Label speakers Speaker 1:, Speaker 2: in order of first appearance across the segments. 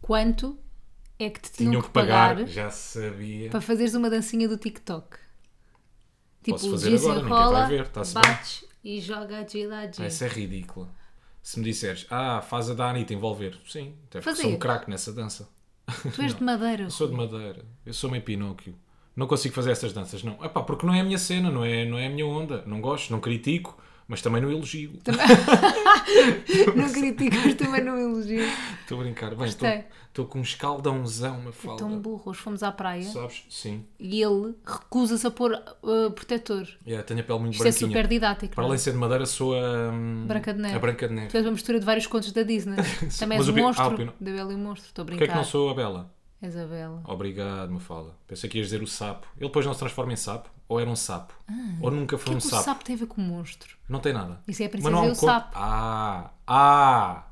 Speaker 1: quanto é que te tinham,
Speaker 2: Tinham
Speaker 1: que pagar,
Speaker 2: já sabia.
Speaker 1: para fazeres uma dancinha do TikTok. Tipo,
Speaker 2: Posso fazer
Speaker 1: desenrola,
Speaker 2: agora, ninguém vai ver, está-se bem.
Speaker 1: bates e joga a giladinha.
Speaker 2: Essa é ridícula. Se me disseres, ah, faz a da Anitta envolver. Sim, até porque
Speaker 1: Fazer.
Speaker 2: sou um craque nessa dança.
Speaker 1: Tu és de madeira.
Speaker 2: Eu sou de madeira, eu sou meio Pinóquio. Não consigo fazer essas danças, não. Epá, porque não é a minha cena, não é, não é a minha onda. Não gosto, não critico, mas também não elogio.
Speaker 1: Não criticas também não elogio.
Speaker 2: Estou a brincar. Bem,
Speaker 1: Gostei.
Speaker 2: estou com um escaldãozão, uma falda.
Speaker 1: Tão burros. Fomos à praia
Speaker 2: Sabes? Sim.
Speaker 1: e ele recusa-se a pôr ah, protetor.
Speaker 2: Yeah, tenho a pele muito
Speaker 1: Isto é
Speaker 2: branquinha.
Speaker 1: super didático.
Speaker 2: Para
Speaker 1: não é?
Speaker 2: além de ser de madeira, sou a... hum,
Speaker 1: Branca de Neve.
Speaker 2: A Branca de Neve.
Speaker 1: Tu és uma mistura de vários contos da Disney. Também
Speaker 2: Mas
Speaker 1: és
Speaker 2: o
Speaker 1: o
Speaker 2: Pi-
Speaker 1: monstro
Speaker 2: Ah, o Pino-
Speaker 1: da Bela e o Monstro. Estou a brincar.
Speaker 2: Porquê é que não sou a Bela?
Speaker 1: És a Bela.
Speaker 2: Obrigado, me fala. Pensei que ias dizer o sapo. Ele depois não se transforma em sapo? Ou era um sapo? Ou nunca foi
Speaker 1: O que
Speaker 2: um
Speaker 1: é que
Speaker 2: sapo?
Speaker 1: o sapo tem a ver com o monstro?
Speaker 2: Não tem nada.
Speaker 1: Isso é a
Speaker 2: Mas
Speaker 1: princesa
Speaker 2: não há um
Speaker 1: e o
Speaker 2: corpo.
Speaker 1: sapo.
Speaker 2: Ah, ah.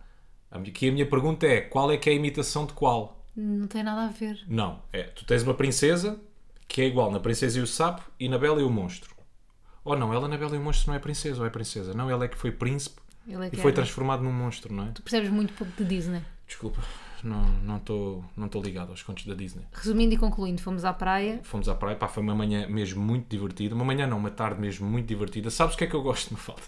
Speaker 2: A minha- Aqui a minha pergunta é, qual é que é a imitação de qual?
Speaker 1: Não tem nada a ver.
Speaker 2: Não, é, tu tens uma princesa que é igual na princesa e o sapo e na bela e o monstro. Ou não, ela na bela e o monstro não é princesa, ou é princesa? Não, ela é que foi príncipe
Speaker 1: Ele é que
Speaker 2: e foi
Speaker 1: era.
Speaker 2: transformado num monstro, não é?
Speaker 1: Tu percebes muito pouco de Disney.
Speaker 2: Desculpa, não estou não tô- não tô ligado aos contos da Disney.
Speaker 1: Resumindo e concluindo, fomos à praia.
Speaker 2: Fomos à praia, pá, foi uma manhã mesmo muito divertida. Uma manhã não, uma tarde mesmo muito divertida. Sabes o que é que eu gosto, Mafalda?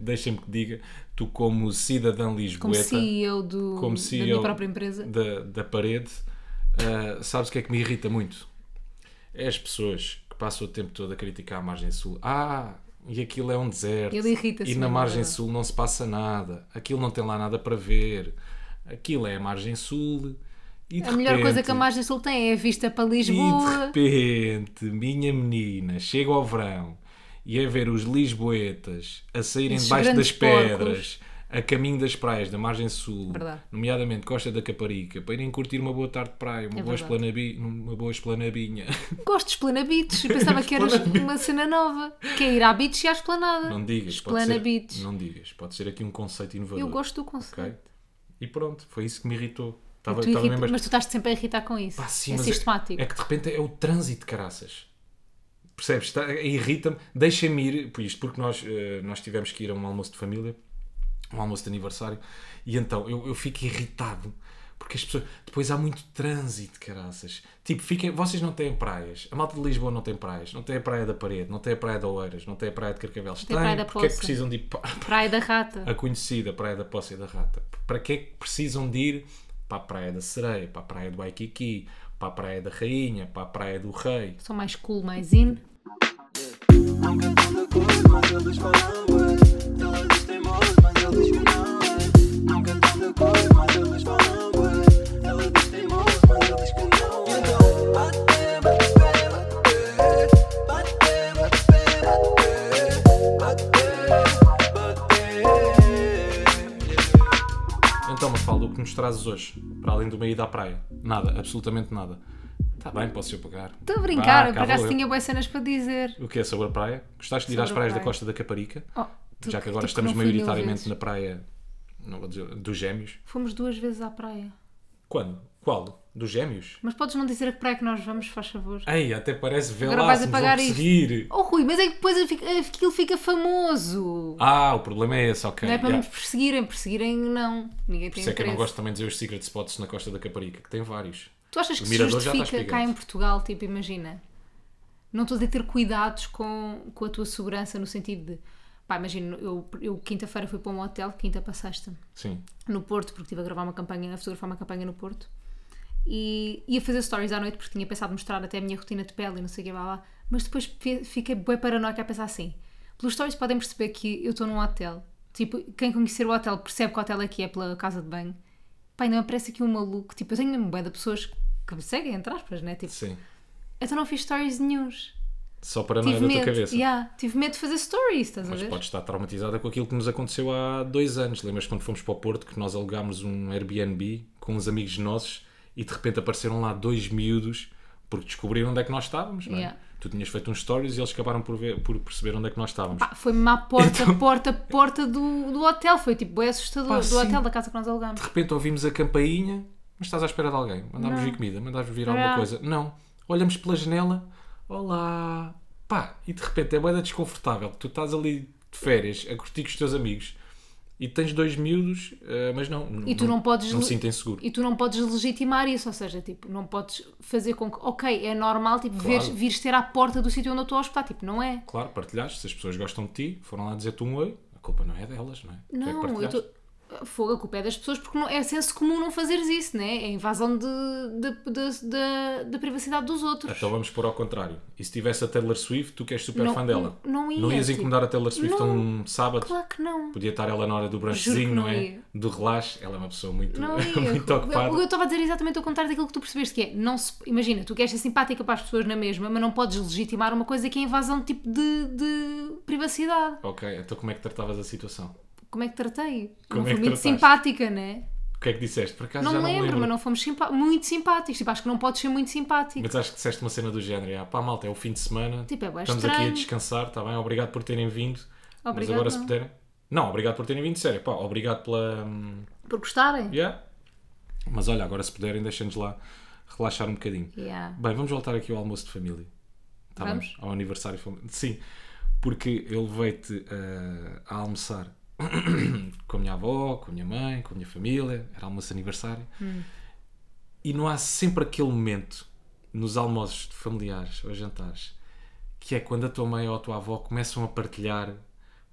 Speaker 2: Deixa-me que diga, tu como cidadão
Speaker 1: Como
Speaker 2: lisboeta...
Speaker 1: CEO, do,
Speaker 2: como
Speaker 1: da
Speaker 2: CEO
Speaker 1: minha própria empresa.
Speaker 2: da, da parede, ah, sabes o que é que me irrita muito? É as pessoas que passam o tempo todo a criticar a margem sul. Ah, e aquilo é um deserto.
Speaker 1: Ele irrita-se
Speaker 2: E na
Speaker 1: mesmo, é
Speaker 2: margem
Speaker 1: verdade.
Speaker 2: sul não se passa nada. Aquilo não tem lá nada para ver. Aquilo é a margem sul. E de
Speaker 1: A melhor coisa que a
Speaker 2: repente-
Speaker 1: margem sul tem é a vista para
Speaker 2: e
Speaker 1: Lisboa.
Speaker 2: de repente, minha menina, chega ao verão e é ver os lisboetas a saírem
Speaker 1: Esses
Speaker 2: debaixo
Speaker 1: grandes
Speaker 2: das pedras, a caminho das praias da margem sul,
Speaker 1: Verdade.
Speaker 2: nomeadamente Costa da Caparica, para irem curtir uma boa tarde de praia, uma,
Speaker 1: É
Speaker 2: boa,
Speaker 1: verdade.
Speaker 2: esplanabi- uma boa esplanabinha.
Speaker 1: Gosto de esplanabits. Eu pensava que era
Speaker 2: Esplanabits.
Speaker 1: uma cena nova. Que é ir à beach e à esplanada.
Speaker 2: Não digas, pode ser,
Speaker 1: Esplanabits.
Speaker 2: não digas, pode ser aqui um conceito inovador.
Speaker 1: Eu gosto do conceito.
Speaker 2: ok? E pronto, foi isso que me irritou. Estava,
Speaker 1: Tu
Speaker 2: estava
Speaker 1: irrita-
Speaker 2: mesmo a-
Speaker 1: Mas tu estás sempre a irritar com isso.
Speaker 2: Pá, sim,
Speaker 1: é
Speaker 2: mas
Speaker 1: sistemático.
Speaker 2: É que de repente é o trânsito, caraças. Percebes? Tá- Irrita-me. Deixa-me ir, por isto, porque nós, eh, nós tivemos que ir a um almoço de família, um almoço de aniversário, e então eu, eu fico irritado. Porque as pessoas. Depois há muito trânsito, caraças. Tipo, fiquem, vocês não têm praias. A malta de Lisboa não tem praias. Não tem a praia da Parede, não tem a praia de Oeiras, não tem a praia de Carcavelos.
Speaker 1: tem a praia da
Speaker 2: porque é que
Speaker 1: Poça.
Speaker 2: precisam de ir pa-
Speaker 1: Praia da Rata.
Speaker 2: a conhecida Praia da Poça e da Rata. Para que é que precisam de ir para a Praia da Sereia, para a Praia do Waikiki, para a Praia da Rainha, para a Praia do Rei?
Speaker 1: Sou mais cool, mais in.
Speaker 3: Não cantam da cor, mas eles falam bué. Ela diz teimoso, mas ele diz que não é. Não cantam da cor, mas eles falam bué. Ela diz teimoso, mas ele diz que não é. Então, bate, bate, bate, bate. Bate, bate, bate, bate. Bate.
Speaker 2: Então, Mafalda, o que nos trazes hoje, para além de uma ida à praia? Nada, absolutamente nada. Está bem, posso eu pagar.
Speaker 1: Estou a brincar,
Speaker 2: Vá,
Speaker 1: por
Speaker 2: cá
Speaker 1: acaso
Speaker 2: vou eu.
Speaker 1: tinha boas cenas para dizer.
Speaker 2: O que é sobre a praia? Gostaste de ir
Speaker 1: Sobre
Speaker 2: às
Speaker 1: a
Speaker 2: praias da
Speaker 1: praia.
Speaker 2: Costa da Caparica?
Speaker 1: Oh, tu-
Speaker 2: já que agora
Speaker 1: tu
Speaker 2: estamos
Speaker 1: não fui mil
Speaker 2: maioritariamente
Speaker 1: vezes.
Speaker 2: na praia, não vou dizer, dos Gêmeos.
Speaker 1: Fomos duas vezes à praia.
Speaker 2: Quando? Qual? Dos Gêmeos?
Speaker 1: Mas podes não dizer a que praia que nós vamos, faz favor.
Speaker 2: Ei, até parece ver
Speaker 1: Agora
Speaker 2: lá,
Speaker 1: vais
Speaker 2: se me vão
Speaker 1: apagar isto.
Speaker 2: perseguir.
Speaker 1: Oh Rui, mas é que depois eu fico- aquilo fica famoso.
Speaker 2: Ah, o problema é esse, ok.
Speaker 1: não é para
Speaker 2: já.
Speaker 1: nos perseguirem, perseguirem não. Ninguém
Speaker 2: Por
Speaker 1: tem
Speaker 2: isso é que eu não
Speaker 1: interesse.
Speaker 2: gosto também de dizer os secret spots na Costa da Caparica, que tem vários.
Speaker 1: Tu achas que
Speaker 2: O
Speaker 1: se
Speaker 2: mirador já está
Speaker 1: justifica cá
Speaker 2: explicado.
Speaker 1: em Portugal, tipo, imagina, não estou a dizer ter cuidados com, com a tua segurança no sentido de, pá, imagina, eu, eu quinta-feira fui para um hotel, quinta passaste
Speaker 2: Sim.
Speaker 1: no Porto, porque estive a gravar uma campanha, a fotografar uma campanha no Porto, e ia fazer stories à noite porque tinha pensado mostrar até a minha rotina de pele e não sei o que lá, lá mas depois fe- fiquei bem paranoica a pensar assim, pelos stories podem perceber que eu estou num hotel, tipo, quem conhecer o hotel percebe que o hotel aqui é pela casa de banho, pá, não aparece aqui um maluco, tipo, eu tenho mesmo bué de pessoas que me seguem, entre aspas, né, tipo,
Speaker 2: Sim.
Speaker 1: então não fiz stories nenhuns,
Speaker 2: Só para não é
Speaker 1: tive
Speaker 2: da tua
Speaker 1: medo,
Speaker 2: cabeça.
Speaker 1: yeah, tive medo de fazer stories, estás a
Speaker 2: Mas
Speaker 1: ver?
Speaker 2: podes estar traumatizada com aquilo que nos aconteceu há dois anos. Lembras quando fomos para o Porto que nós alugámos um Airbnb com uns amigos nossos e de repente apareceram lá dois miúdos porque descobriram onde é que nós estávamos, não é?
Speaker 1: Yeah.
Speaker 2: Tu tinhas feito uns stories e eles acabaram por, ver- por perceber onde é que nós estávamos.
Speaker 1: Pá, foi mesmo Ah, à porta, porta, porta do, do hotel. Foi tipo, é assustador.
Speaker 2: Então-
Speaker 1: do
Speaker 2: Pá, sim.
Speaker 1: hotel, da casa que nós alugámos.
Speaker 2: De repente ouvimos a campainha, mas estás à espera de alguém. Mandámos vir comida, mandámos vir alguma
Speaker 1: Não.
Speaker 2: coisa. Não. Olhamos pela janela, olá. Pá, e de repente é boeda desconfortável. Tu estás ali de férias a curtir com os teus amigos. e tens dois miúdos, eh, mas não.
Speaker 1: E tu não podes-
Speaker 2: Não se sentem seguro.
Speaker 1: E tu não podes legitimar isso, ou seja, tipo, não podes fazer com que, ok, é normal, tipo, veres,
Speaker 2: Claro.
Speaker 1: vires ter à porta do sítio onde eu estou a hospedar, tipo, não é.
Speaker 2: Claro, partilhaste, se as pessoas gostam de ti, foram lá dizer-te um oi, a culpa não é delas, não é? Tu é que
Speaker 1: Não, eu
Speaker 2: partilhaste.
Speaker 1: estou. Fogo, a culpa é das pessoas porque não, é senso comum não fazeres isso, né? É invasão de, de- de- de- da privacidade dos outros.
Speaker 2: Então vamos pôr ao contrário. E se tivesse a Taylor Swift, tu que és super
Speaker 1: Não-
Speaker 2: fã dela,
Speaker 1: não ia,
Speaker 2: ias
Speaker 1: tipo,
Speaker 2: incomodar a Taylor Swift
Speaker 1: não.
Speaker 2: um sábado?
Speaker 1: Claro que não.
Speaker 2: Podia estar ela na hora do
Speaker 1: Juro
Speaker 2: brunchzinho,
Speaker 1: que
Speaker 2: não,
Speaker 1: não
Speaker 2: é?
Speaker 1: ia.
Speaker 2: Do relaxe. Ela é uma pessoa muito,
Speaker 1: Não ia.
Speaker 2: muito ocupada.
Speaker 1: eu eu estava a dizer exatamente o contrário daquilo que tu percebeste, que é, não se- imagina, tu queres ser simpática para as pessoas na mesma, mas não podes legitimar uma coisa que é invasão tipo de, de privacidade.
Speaker 2: Ok, então como é que tratavas a situação?
Speaker 1: Como é que tratei?
Speaker 2: Como
Speaker 1: não
Speaker 2: é
Speaker 1: fui
Speaker 2: que
Speaker 1: muito
Speaker 2: trataste?
Speaker 1: simpática, né?
Speaker 2: O que é que disseste? Por acaso
Speaker 1: Não
Speaker 2: já
Speaker 1: me
Speaker 2: não
Speaker 1: lembro,
Speaker 2: lembro.
Speaker 1: mas não fomos simpa- muito simpáticos. Tipo, acho que não podes ser muito simpático.
Speaker 2: Mas acho que disseste uma cena do género. e, Ah, pá, malta, é o fim de semana.
Speaker 1: Tipo, é bué
Speaker 2: Estamos
Speaker 1: estranho.
Speaker 2: aqui a descansar, está bem? Obrigado por terem vindo. mas
Speaker 1: Obrigado,
Speaker 2: agora se
Speaker 1: não.
Speaker 2: puderem. Não, obrigado por terem vindo, sério. Pá, obrigado pela. hum,
Speaker 1: Por gostarem.
Speaker 2: Yeah. Mas olha, agora se puderem, deixem-nos lá relaxar um bocadinho.
Speaker 1: Yeah.
Speaker 2: Bem, vamos voltar aqui ao almoço de família. Tá
Speaker 1: Vamos?
Speaker 2: bem? Ao aniversário familiar. Sim, porque eu levei-te eh, a almoçar com a minha avó, com a minha mãe, com a minha família. Era almoço de aniversário. E não há sempre aquele momento nos almoços de familiares ou jantares que é quando a tua mãe ou a tua avó começam a partilhar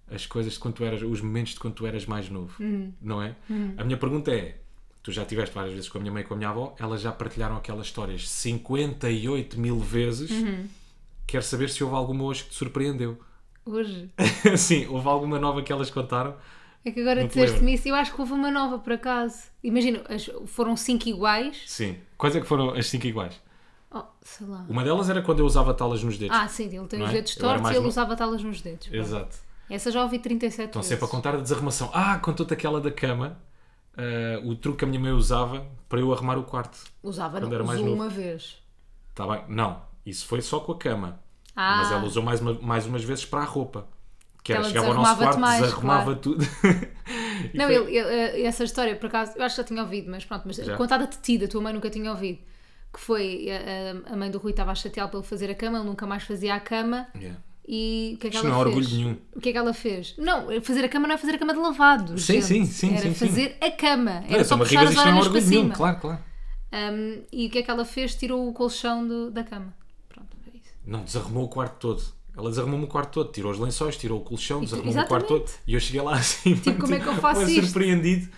Speaker 2: as coisas de quando tu eras, os momentos de quando tu eras mais novo, não é? A minha pergunta é: tu já estiveste várias vezes com a minha mãe e com a minha avó, elas já partilharam aquelas histórias 58 mil vezes. Quero saber se houve alguma hoje que te surpreendeu.
Speaker 1: Hoje.
Speaker 2: Sim, houve alguma nova que elas contaram?
Speaker 1: É que agora
Speaker 2: Não te
Speaker 1: disseste-me isso. Eu acho que houve uma nova, por acaso. Imagina, as- foram cinco iguais.
Speaker 2: Sim. Quais é que foram as cinco iguais?
Speaker 1: Oh, sei lá.
Speaker 2: Uma delas era quando eu usava talas nos dedos.
Speaker 1: Ah, sim, ele tem
Speaker 2: Não
Speaker 1: os
Speaker 2: é?
Speaker 1: dedos
Speaker 2: Eu era
Speaker 1: tortos e
Speaker 2: mais
Speaker 1: ele
Speaker 2: no-
Speaker 1: usava talas nos dedos. Pronto.
Speaker 2: Exato.
Speaker 1: Essa já ouvi 37
Speaker 2: Estão
Speaker 1: vezes.
Speaker 2: Então, sempre a contar a desarrumação. Ah, contou-te aquela da cama, ah, o truque que a minha mãe usava para eu arrumar o quarto.
Speaker 1: Usava,
Speaker 2: Quando
Speaker 1: não,
Speaker 2: era mais
Speaker 1: usou
Speaker 2: novo.
Speaker 1: uma vez.
Speaker 2: Está bem? Não, isso foi só com a cama.
Speaker 1: Ah.
Speaker 2: Mas é ela usou mais, uma- mais umas vezes para a roupa. Que era,
Speaker 1: Ela
Speaker 2: chegava ao nosso
Speaker 1: desarrumava-te
Speaker 2: quarto,
Speaker 1: mais,
Speaker 2: desarrumava
Speaker 1: claro.
Speaker 2: tudo. E
Speaker 1: Não,
Speaker 2: foi-
Speaker 1: ele, ele, eh, essa história, por acaso, eu acho que já tinha ouvido, mas pronto, mas
Speaker 2: Já?
Speaker 1: contada de ti, da tua mãe nunca tinha ouvido. Que foi eh, a, a mãe do Rui estava a chatear pelo fazer a cama, ele nunca mais fazia a cama.
Speaker 2: Yeah.
Speaker 1: E o que é que
Speaker 2: Isto
Speaker 1: ela
Speaker 2: não é
Speaker 1: fez?
Speaker 2: orgulho nenhum.
Speaker 1: O que é que ela fez? Não, fazer a cama não é fazer a cama de lavado.
Speaker 2: Sim,
Speaker 1: gente.
Speaker 2: sim, sim,
Speaker 1: Era
Speaker 2: sim, sim.
Speaker 1: fazer a cama. Era
Speaker 2: Olha,
Speaker 1: só
Speaker 2: tu me
Speaker 1: puxar
Speaker 2: rigas,
Speaker 1: as
Speaker 2: isto não é
Speaker 1: aranas para
Speaker 2: orgulho nenhum,
Speaker 1: cima.
Speaker 2: Claro, claro.
Speaker 1: Um, e o que é que ela fez? Tirou o colchão do- da cama. Pronto, é isso.
Speaker 2: Não, desarrumou o quarto todo. Ela desarrumou-me o quarto todo, tirou os lençóis, tirou o colchão, desarrumou o quarto
Speaker 1: exatamente.
Speaker 2: todo. E eu cheguei lá assim,
Speaker 1: Tipo, como é que eu faço
Speaker 2: bué
Speaker 1: isto?
Speaker 2: surpreendido.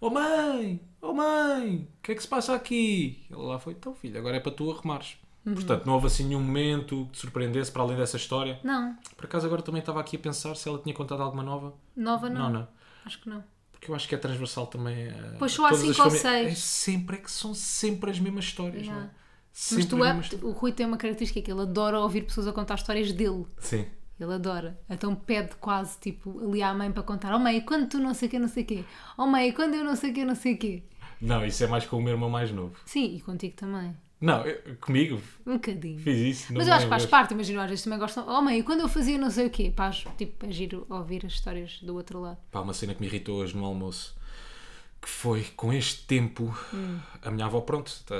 Speaker 2: Oh mãe, oh mãe, o que é que se passa aqui? Ele lá foi, então filho, agora é para tu arrumares.
Speaker 1: Uhum.
Speaker 2: Portanto, não houve assim nenhum momento que te surpreendesse para além dessa história.
Speaker 1: Não,
Speaker 2: Por acaso agora também estava aqui a pensar se ela tinha contado alguma nova.
Speaker 1: nova não.
Speaker 2: Não, não.
Speaker 1: Acho que não.
Speaker 2: Porque eu acho que é transversal também. eh,
Speaker 1: Pois só há
Speaker 2: todas as
Speaker 1: cinco ou
Speaker 2: famí-
Speaker 1: seis.
Speaker 2: É sempre, é que são sempre as mesmas histórias,
Speaker 1: Yeah.
Speaker 2: não é?
Speaker 1: Mas
Speaker 2: Sempre
Speaker 1: tu,
Speaker 2: as
Speaker 1: é-
Speaker 2: mesmas histórias.
Speaker 1: o Rui tem uma característica que ele adora ouvir pessoas a contar histórias dele.
Speaker 2: Sim.
Speaker 1: Ele adora. Então pede quase, tipo, ali à mãe para contar. Oh mãe, e quando tu não sei o quê, não sei o quê. Oh mãe, e quando eu não sei o quê, não sei o quê.
Speaker 2: Não, isso é mais com o meu irmão mais novo.
Speaker 1: Sim, e contigo também.
Speaker 2: Não, eu- comigo
Speaker 1: Um bocadinho.
Speaker 2: fiz isso. não é
Speaker 1: Mas
Speaker 2: me
Speaker 1: eu acho que faz
Speaker 2: lembro.
Speaker 1: parte, imagino, às vezes também gostam. Oh mãe, e quando eu fazia não sei o quê? Pá, acho, tipo, é giro ouvir as histórias do outro lado.
Speaker 2: Pá, uma cena que me irritou hoje no almoço, que foi com este tempo, a minha avó, pronto, está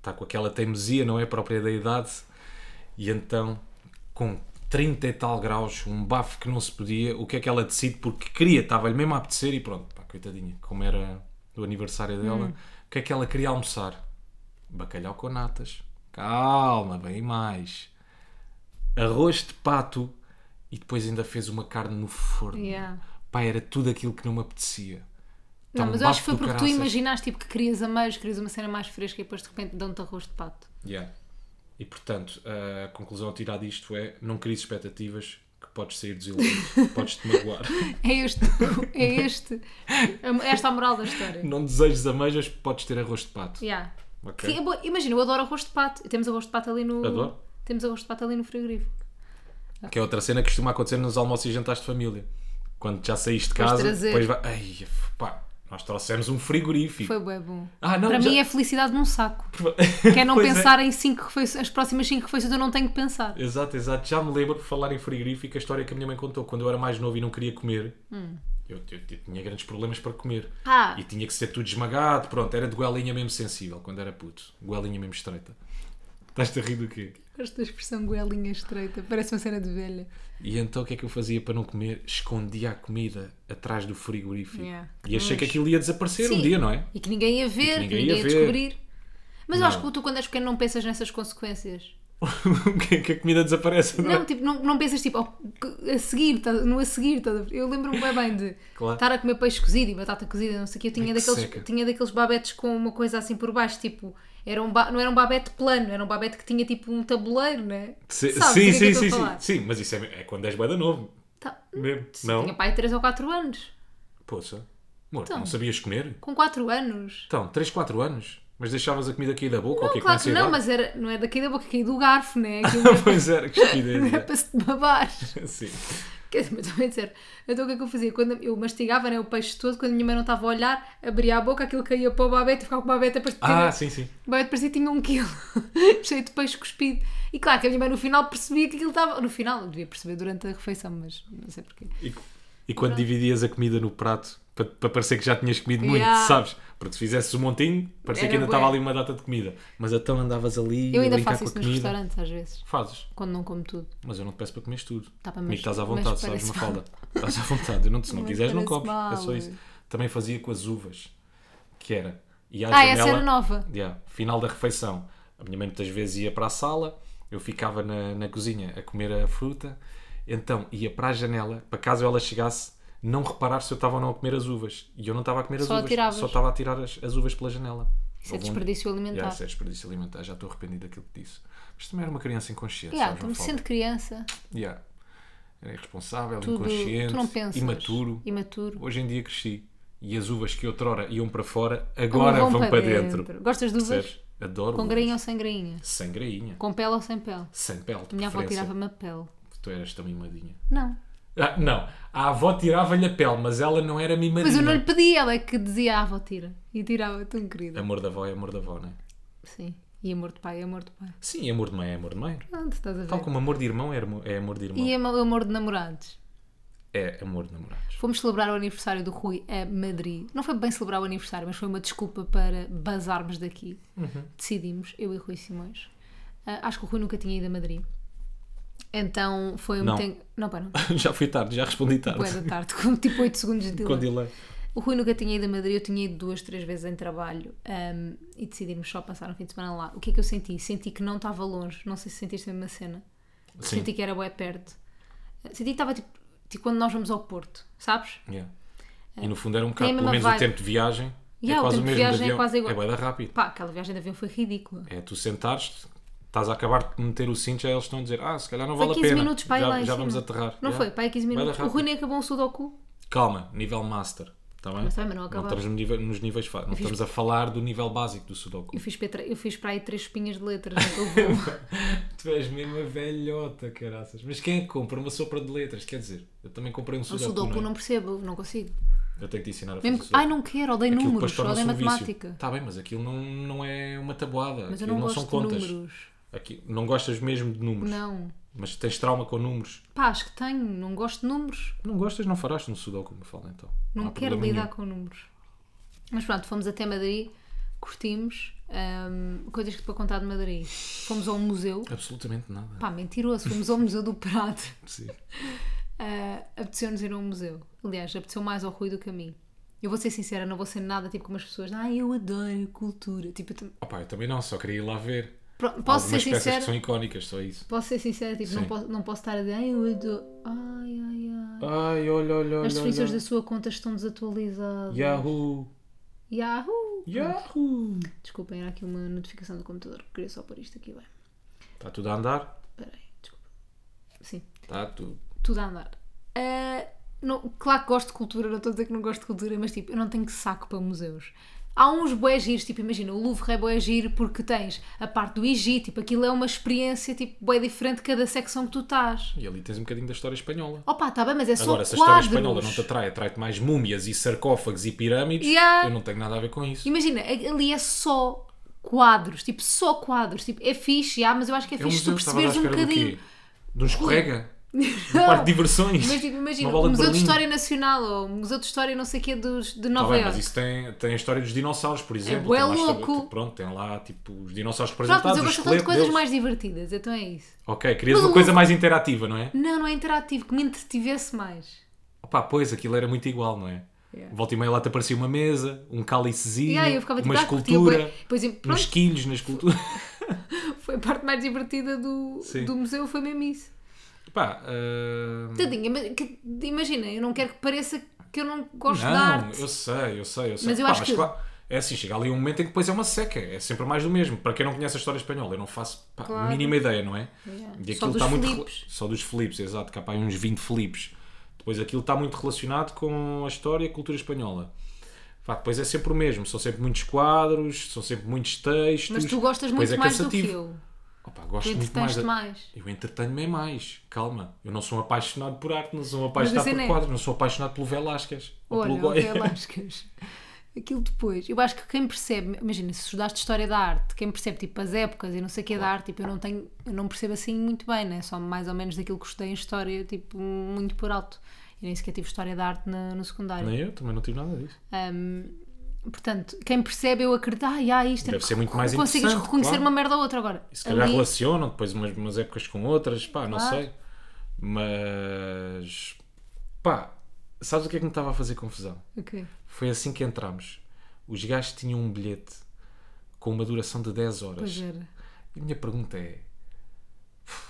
Speaker 2: tá com aquela teimosia, não é própria da idade, e então, com 30 e tal graus, um bafo que não se podia, o que é que ela decide? Porque queria, estava-lhe mesmo a apetecer, e pronto, pá, coitadinha, como era do aniversário dela, o que é que ela queria almoçar? Bacalhau com natas. Calma, bem mais. Arroz de pato e depois ainda fez uma carne no forno.
Speaker 1: Yeah.
Speaker 2: Pá, era tudo aquilo que não me apetecia. Tá
Speaker 1: não,
Speaker 2: um
Speaker 1: mas eu acho
Speaker 2: bafo
Speaker 1: que foi
Speaker 2: do
Speaker 1: porque tu
Speaker 2: caraças.
Speaker 1: imaginaste, tipo, que querias a meios, querias uma cena mais fresca e depois de repente dão-te arroz de pato.
Speaker 2: Yeah. E portanto, a conclusão a tirar disto é: não cries expectativas, que podes sair desiludido, podes te magoar.
Speaker 1: É este, é este. Esta é a moral da história.
Speaker 2: Não desejes ameijas, podes ter arroz de pato.
Speaker 1: Yeah.
Speaker 2: Ok?
Speaker 1: Que é boa- Imagina, eu adoro arroz de pato. Temos arroz de pato ali no.
Speaker 2: Adoro.
Speaker 1: Temos arroz de pato ali no frigorífico.
Speaker 2: Que é outra cena que costuma acontecer nos almoços e jantares de família. Quando já saíste de
Speaker 1: Vais
Speaker 2: casa,
Speaker 1: trazer.
Speaker 2: depois vai. Ai, pá, nós trouxemos um frigorífico.
Speaker 1: Foi bué bom.
Speaker 2: Ah, não,
Speaker 1: Para
Speaker 2: já-
Speaker 1: mim é felicidade num saco. Que é não
Speaker 2: Pois é.
Speaker 1: pensar em cinco refeições, as próximas cinco refeições eu não tenho que pensar.
Speaker 2: Exato, exato. Já me lembro, por falar em frigorífico, a história que a minha mãe contou. Quando eu era mais novo e não queria comer, eu, eu- eu tinha grandes problemas para comer.
Speaker 1: Hum. Ah.
Speaker 2: E tinha que ser tudo esmagado. Pronto, era de goelinha mesmo sensível, quando era puto. Goelinha mesmo estreita. Estás-te a rir do quê?
Speaker 1: Gosto da expressão goelinha estreita, parece uma cena de velha.
Speaker 2: E então o que é que eu fazia para não comer? Escondia a comida atrás do frigorífico.
Speaker 1: Yeah.
Speaker 2: E achei que
Speaker 1: Nojo.
Speaker 2: aquilo ia desaparecer um
Speaker 1: Sim.
Speaker 2: dia, não é?
Speaker 1: E que ninguém ia ver,
Speaker 2: ninguém
Speaker 1: que ninguém,
Speaker 2: ia
Speaker 1: ia,
Speaker 2: ver.
Speaker 1: descobrir. Mas eu acho
Speaker 2: Não.
Speaker 1: que tu, quando és pequeno, não pensas nessas consequências.
Speaker 2: que que a comida desaparece, não,
Speaker 1: Não,
Speaker 2: é?
Speaker 1: tipo, não, não pensas tipo, oh, a seguir, tá- não a seguir. tá- eu lembro-me bem bem de
Speaker 2: Claro.
Speaker 1: estar a comer peixe cozido e batata cozida, não sei o quê. Eu tinha,
Speaker 2: Ai, que seca.
Speaker 1: daqueles, tinha daqueles babetes com uma coisa assim por baixo, tipo, era um ba- não era um babete plano, era um babete que tinha tipo um tabuleiro, né?
Speaker 2: Se-
Speaker 1: Sabes
Speaker 2: sim,
Speaker 1: do que é
Speaker 2: sim,
Speaker 1: que eu estou
Speaker 2: sim,
Speaker 1: a
Speaker 2: sim.
Speaker 1: falar?
Speaker 2: Sim, mas isso é, é quando és bué da novo.
Speaker 1: Tá.
Speaker 2: Mesmo.
Speaker 1: Tinha
Speaker 2: Não?
Speaker 1: pai 3 ou 4 anos.
Speaker 2: Poxa. Amor,
Speaker 1: Então.
Speaker 2: não sabias comer?
Speaker 1: Com 4 anos.
Speaker 2: Então, 3, 4 anos? Mas deixavas a comida cair da boca? ou
Speaker 1: Não,
Speaker 2: que é
Speaker 1: claro que
Speaker 2: com
Speaker 1: não,
Speaker 2: ansiedade?
Speaker 1: mas era, não é daqui da boca, caiu do garfo, né? Aquilo
Speaker 2: pois era, que
Speaker 1: não é
Speaker 2: estupidez.
Speaker 1: para se babar.
Speaker 2: é. sim.
Speaker 1: Quer dizer, mas também disseram. Então o que é que eu fazia? Quando eu mastigava né, o peixe todo, quando a minha mãe não estava a olhar, abria a boca, aquilo caía para o babete e ficava com o babete a parecer.
Speaker 2: Ah, sim, sim.
Speaker 1: O babete parecia que tinha um quilo, cheio de peixe cuspido. E claro que a minha mãe no final percebia que aquilo estava. No final, eu devia perceber durante a refeição, mas não sei porquê.
Speaker 2: E, e quando dividias a comida no prato, para, para parecer que já tinhas comido muito,
Speaker 1: Yeah.
Speaker 2: sabes? Porque se fizesses um montinho, parecia que
Speaker 1: Era
Speaker 2: ainda
Speaker 1: bué.
Speaker 2: estava ali uma data de comida. Mas então andavas ali
Speaker 1: Eu
Speaker 2: a
Speaker 1: ainda
Speaker 2: brincar
Speaker 1: faço
Speaker 2: com a
Speaker 1: isso nos
Speaker 2: comida.
Speaker 1: restaurantes às vezes,
Speaker 2: Fazes,
Speaker 1: quando não como tudo.
Speaker 2: mas eu não te peço para comeres tudo.
Speaker 1: Tá bem,
Speaker 2: Comigo
Speaker 1: mas-
Speaker 2: estás à
Speaker 1: mas
Speaker 2: vontade, sabes,
Speaker 1: parece
Speaker 2: uma falda. Estás à vontade. Eu não, se não
Speaker 1: Mas
Speaker 2: quiseres, não
Speaker 1: parece
Speaker 2: comes. É só
Speaker 1: mal.
Speaker 2: isso. Também fazia com as uvas, que era. E à
Speaker 1: Ah, essa
Speaker 2: janela-
Speaker 1: era nova.
Speaker 2: Yeah, Final da refeição. A minha mãe muitas vezes ia para a sala, eu ficava na, na cozinha a comer a fruta, então ia para a janela, para caso ela chegasse, não reparar se eu estava ou não a comer as uvas. E eu não estava a comer as
Speaker 1: Só
Speaker 2: uvas,
Speaker 1: atiravas.
Speaker 2: só estava a tirar as, as uvas pela janela.
Speaker 1: Isso é
Speaker 2: Houve um-
Speaker 1: desperdício alimentar.
Speaker 2: Yeah, isso é desperdício alimentar, já estou arrependido daquilo que disse. Mas também era uma criança inconsciente,
Speaker 1: Yeah, então
Speaker 2: sabes,
Speaker 1: tu me
Speaker 2: Mafalda?
Speaker 1: sendo criança,
Speaker 2: Yeah. Era irresponsável,
Speaker 1: tudo,
Speaker 2: inconsciente,
Speaker 1: tu não pensas.
Speaker 2: imaturo.
Speaker 1: Imaturo.
Speaker 2: Hoje em dia cresci e as uvas que outrora iam para fora, agora vão, para, dentro.
Speaker 1: Gostas de uvas?
Speaker 2: Percebes? Adoro
Speaker 1: Com
Speaker 2: uvas.
Speaker 1: grainha ou sem grainha?
Speaker 2: Sem grainha.
Speaker 1: Com pele ou sem pele?
Speaker 2: Sem pele, de
Speaker 1: Minha avó
Speaker 2: preferência.
Speaker 1: tirava-me a pele.
Speaker 2: Tu eras tão mimadinha.
Speaker 1: Não.
Speaker 2: Ah, não, a avó tirava-lhe a pele, mas ela não era mimadinha.
Speaker 1: Mas eu não lhe pedi, ela é que dizia, ah, avó, tira. E tirava, tão querida.
Speaker 2: Amor da avó é amor da avó, não é?
Speaker 1: Sim. E amor de pai é amor de pai.
Speaker 2: Sim, amor de mãe é amor de mãe.
Speaker 1: Pronto, estás a ver.
Speaker 2: Tal como amor de irmão é irmão- é amor de irmão.
Speaker 1: E am- amor de namorados.
Speaker 2: É amor de namorados.
Speaker 1: Fomos celebrar o aniversário do Rui a Madrid. Não foi bem celebrar o aniversário, mas foi uma desculpa para bazarmos daqui.
Speaker 2: Uhum.
Speaker 1: Decidimos, eu e Rui Simões. Ah, acho que o Rui nunca tinha ido a Madrid. Então foi um
Speaker 2: Não.
Speaker 1: tempo. Não, pá, não.
Speaker 2: já fui tarde, já respondi tarde.
Speaker 1: Boa da tarde, com tipo 8 segundos de
Speaker 2: Com
Speaker 1: delay.
Speaker 2: delay.
Speaker 1: O Rui nunca tinha ido a Madrid, eu tinha ido duas, três vezes em trabalho hum, e decidimos só passar um fim de semana lá. O que é que eu senti? Senti que não estava longe, não sei se sentiste a mesma cena.
Speaker 2: Sim.
Speaker 1: Senti que era bué perto. Senti que estava tipo, tipo quando nós vamos ao Porto, sabes?
Speaker 2: Yeah. E no fundo era um bocado,
Speaker 1: É. a mesma
Speaker 2: pelo menos
Speaker 1: vibe.
Speaker 2: o tempo de viagem.
Speaker 1: Yeah,
Speaker 2: é
Speaker 1: o
Speaker 2: quase
Speaker 1: tempo de
Speaker 2: mesmo
Speaker 1: viagem é
Speaker 2: avião.
Speaker 1: quase igual.
Speaker 2: É bué da rápido.
Speaker 1: Pá, aquela viagem de avião foi ridícula.
Speaker 2: É tu sentares, estás a acabar de meter o cinto, já eles estão a dizer, ah, se calhar não
Speaker 1: Foi
Speaker 2: vale a
Speaker 1: 15
Speaker 2: pena.
Speaker 1: minutos para ir
Speaker 2: já
Speaker 1: lá em
Speaker 2: já
Speaker 1: cima.
Speaker 2: vamos aterrar.
Speaker 1: Não
Speaker 2: Yeah.
Speaker 1: foi, pá, aí 15
Speaker 2: Bué da
Speaker 1: minutos. O
Speaker 2: rápido.
Speaker 1: Rui nem acabou um sudoku.
Speaker 2: Calma, nível master, está bem?
Speaker 1: Mas também não acabamos.
Speaker 2: estamos no nível- nos níveis fa- não
Speaker 1: fiz-
Speaker 2: estamos a falar do nível básico do Sudoku.
Speaker 1: Eu fiz, petra- eu fiz para aí três espinhas de letras naquele voo.
Speaker 2: Tu és mesmo a velhota, caraças. Mas quem é que compra uma sopa de letras? Quer dizer, eu também comprei um
Speaker 1: O
Speaker 2: Sudoku.
Speaker 1: sudoku
Speaker 2: não é?
Speaker 1: não percebo, não consigo.
Speaker 2: Eu tenho que te ensinar a fazer
Speaker 1: Mesmo que- Ai, não quero, odeio números, odeio
Speaker 2: um
Speaker 1: matemática.
Speaker 2: Está Tá bem, mas aquilo não, não é uma tabuada.
Speaker 1: Mas eu
Speaker 2: aquilo
Speaker 1: não, gosto
Speaker 2: são
Speaker 1: de
Speaker 2: contas.
Speaker 1: números.
Speaker 2: Aqui, não gostas mesmo de números,
Speaker 1: Não.
Speaker 2: mas tens trauma com números.
Speaker 1: Pá, acho que tenho, não gosto de números.
Speaker 2: Não gostas, não farás no Sudoku, me fala então.
Speaker 1: Não
Speaker 2: há
Speaker 1: quero
Speaker 2: problema
Speaker 1: lidar
Speaker 2: nenhum.
Speaker 1: com números. Mas pronto, fomos até Madrid, curtimos. hum, coisas que para contar de Madrid. Fomos ao museu.
Speaker 2: Absolutamente nada. é
Speaker 1: Pá, mentiroso, fomos ao Museu do Prado.
Speaker 2: Sim.
Speaker 1: Ah, Apeteceu-nos ir a um museu. Aliás, apeteceu mais ao Rui do que a mim. Eu vou ser sincera, não vou ser nada tipo como as pessoas. Ah, eu adoro cultura. Tipo, eu tam-
Speaker 2: Opa, eu também não, só queria ir lá ver.
Speaker 1: Pro- posso ser
Speaker 2: Algumas peças
Speaker 1: sincera.
Speaker 2: que são icónicas, só isso.
Speaker 1: Posso ser sincera, tipo, não
Speaker 2: Sim.
Speaker 1: posso, não posso estar a dizer. Ai, eu adoro. Ai, ai, ai.
Speaker 2: Ai, olha, olha, olha.
Speaker 1: As definições
Speaker 2: olha.
Speaker 1: da sua conta estão desatualizadas.
Speaker 2: Yahoo!
Speaker 1: Yahoo!
Speaker 2: Yahoo!
Speaker 1: Desculpem, era aqui uma notificação do computador. Queria só pôr isto aqui, bem.
Speaker 2: Está Tá tudo a andar?
Speaker 1: Peraí, desculpa. Sim,
Speaker 2: Está tudo.
Speaker 1: tudo a andar. Ah, não- claro que gosto de cultura, não estou a dizer que não gosto de cultura, mas tipo, eu não tenho saco para museus. Há uns bué giros, tipo, imagina, o Louvre é bué giro porque tens a parte do Egito, tipo, aquilo é uma experiência, tipo, bué diferente de cada secção que tu estás.
Speaker 2: E ali tens um bocadinho da história espanhola.
Speaker 1: Opa, está bem, mas é só
Speaker 2: Agora, se a história
Speaker 1: quadros.
Speaker 2: espanhola não te atrai, atrai-te mais múmias e sarcófagos e pirâmides,
Speaker 1: Yeah.
Speaker 2: eu não tenho nada a ver com isso.
Speaker 1: Imagina, ali é só quadros, tipo, só quadros. Tipo, é fixe, já, mas eu acho que é
Speaker 2: um
Speaker 1: fixe tu
Speaker 2: museu, estavas à
Speaker 1: perceberes um
Speaker 2: espera do quê?
Speaker 1: bocadinho.
Speaker 2: De um escorrega? Um parque de diversões.
Speaker 1: Mas tipo, imagina,
Speaker 2: Uma
Speaker 1: o
Speaker 2: bola de
Speaker 1: Museu de
Speaker 2: Berlim.
Speaker 1: História Nacional ou o Museu de História não sei o quê dos, de
Speaker 2: Tá
Speaker 1: Nova
Speaker 2: bem,
Speaker 1: Iorque. É
Speaker 2: mas isso tem, tem a história dos dinossauros, por exemplo.
Speaker 1: bué
Speaker 2: tem lá a história-
Speaker 1: louco.
Speaker 2: tipo, pronto, tem lá tipo, os dinossauros
Speaker 1: Pronto,
Speaker 2: representados.
Speaker 1: mas eu
Speaker 2: o
Speaker 1: gosto tanto de
Speaker 2: esqueleto
Speaker 1: coisas
Speaker 2: deles.
Speaker 1: mais divertidas, então é isso.
Speaker 2: Ok, querias
Speaker 1: Mas
Speaker 2: uma
Speaker 1: o
Speaker 2: coisa
Speaker 1: Louvre-
Speaker 2: mais interativa, não é?
Speaker 1: Não, não é interativo, que me entretivesse mais.
Speaker 2: Opa, pois, aquilo era muito igual, não é?
Speaker 1: Yeah.
Speaker 2: Volta e meia lá te aparecia uma mesa, um cálicezinho,
Speaker 1: E aí eu ficava tipo,
Speaker 2: uma
Speaker 1: ah, curtia bué.
Speaker 2: escultura,
Speaker 1: Pois, e-
Speaker 2: uns
Speaker 1: pronto,
Speaker 2: quilhos na escultura.
Speaker 1: foi a parte mais divertida do,
Speaker 2: Sim.
Speaker 1: do museu, foi mesmo isso.
Speaker 2: Pá, ah,
Speaker 1: Tadinha, mas que- imagina, eu não quero que pareça que eu não gosto de
Speaker 2: não,
Speaker 1: arte.
Speaker 2: eu sei, eu sei, eu sei.
Speaker 1: Mas eu
Speaker 2: Pá,
Speaker 1: acho que-
Speaker 2: claro, é assim, chega ali um momento em que depois é uma seca, é sempre mais do mesmo. Para quem não conhece a história espanhola, eu não faço pá,
Speaker 1: Claro.
Speaker 2: a mínima ideia, não é?
Speaker 1: Yeah.
Speaker 2: E
Speaker 1: Só
Speaker 2: aquilo
Speaker 1: dos
Speaker 2: está muito.
Speaker 1: Filipes.
Speaker 2: rela- Só dos Filipes, exato, que há pá, aí uns 20 Filipes. Depois aquilo está muito relacionado com a história e a cultura espanhola. Pá, depois é sempre o mesmo, são sempre muitos quadros, são sempre muitos textos.
Speaker 1: Mas tu gostas
Speaker 2: depois
Speaker 1: muito
Speaker 2: é
Speaker 1: mais do que
Speaker 2: cansativo.
Speaker 1: eu.
Speaker 2: Opa,
Speaker 1: Tu
Speaker 2: gosto muito mais.
Speaker 1: entretens-te
Speaker 2: da-
Speaker 1: mais.
Speaker 2: Eu entretenho-me é mais, calma. Eu não sou um apaixonado por arte, não sou um apaixonado
Speaker 1: assim
Speaker 2: por
Speaker 1: não é.
Speaker 2: quadros, não sou apaixonado pelo Velázquez. ou
Speaker 1: Olha,
Speaker 2: pelo
Speaker 1: o
Speaker 2: Goya.
Speaker 1: Velasquez. Aquilo depois. Eu acho que quem percebe, imagina, se estudaste História da Arte, quem percebe tipo as épocas e não sei o que é da arte, tipo, eu não tenho, eu não percebo assim muito bem, né? Só mais ou menos daquilo que estudei em História, tipo, muito por alto. E nem sequer tive História da Arte na- no secundário.
Speaker 2: Nem eu, também não tive nada disso.
Speaker 1: Ahm, portanto, quem percebe, eu acredito, ah, já, isto
Speaker 2: Deve ser muito mais
Speaker 1: Consegues
Speaker 2: interessante,
Speaker 1: reconhecer
Speaker 2: claro.
Speaker 1: uma merda ou outra agora.
Speaker 2: E se calhar
Speaker 1: Ali-
Speaker 2: relacionam depois umas, umas épocas com outras, pá, não
Speaker 1: Claro.
Speaker 2: sei. Mas pá, sabes o que é que me estava a fazer confusão?
Speaker 1: Ok.
Speaker 2: Foi assim que entramos. Os gajos tinham um bilhete com uma duração de 10 horas.
Speaker 1: Pois é. era.
Speaker 2: E a minha pergunta é: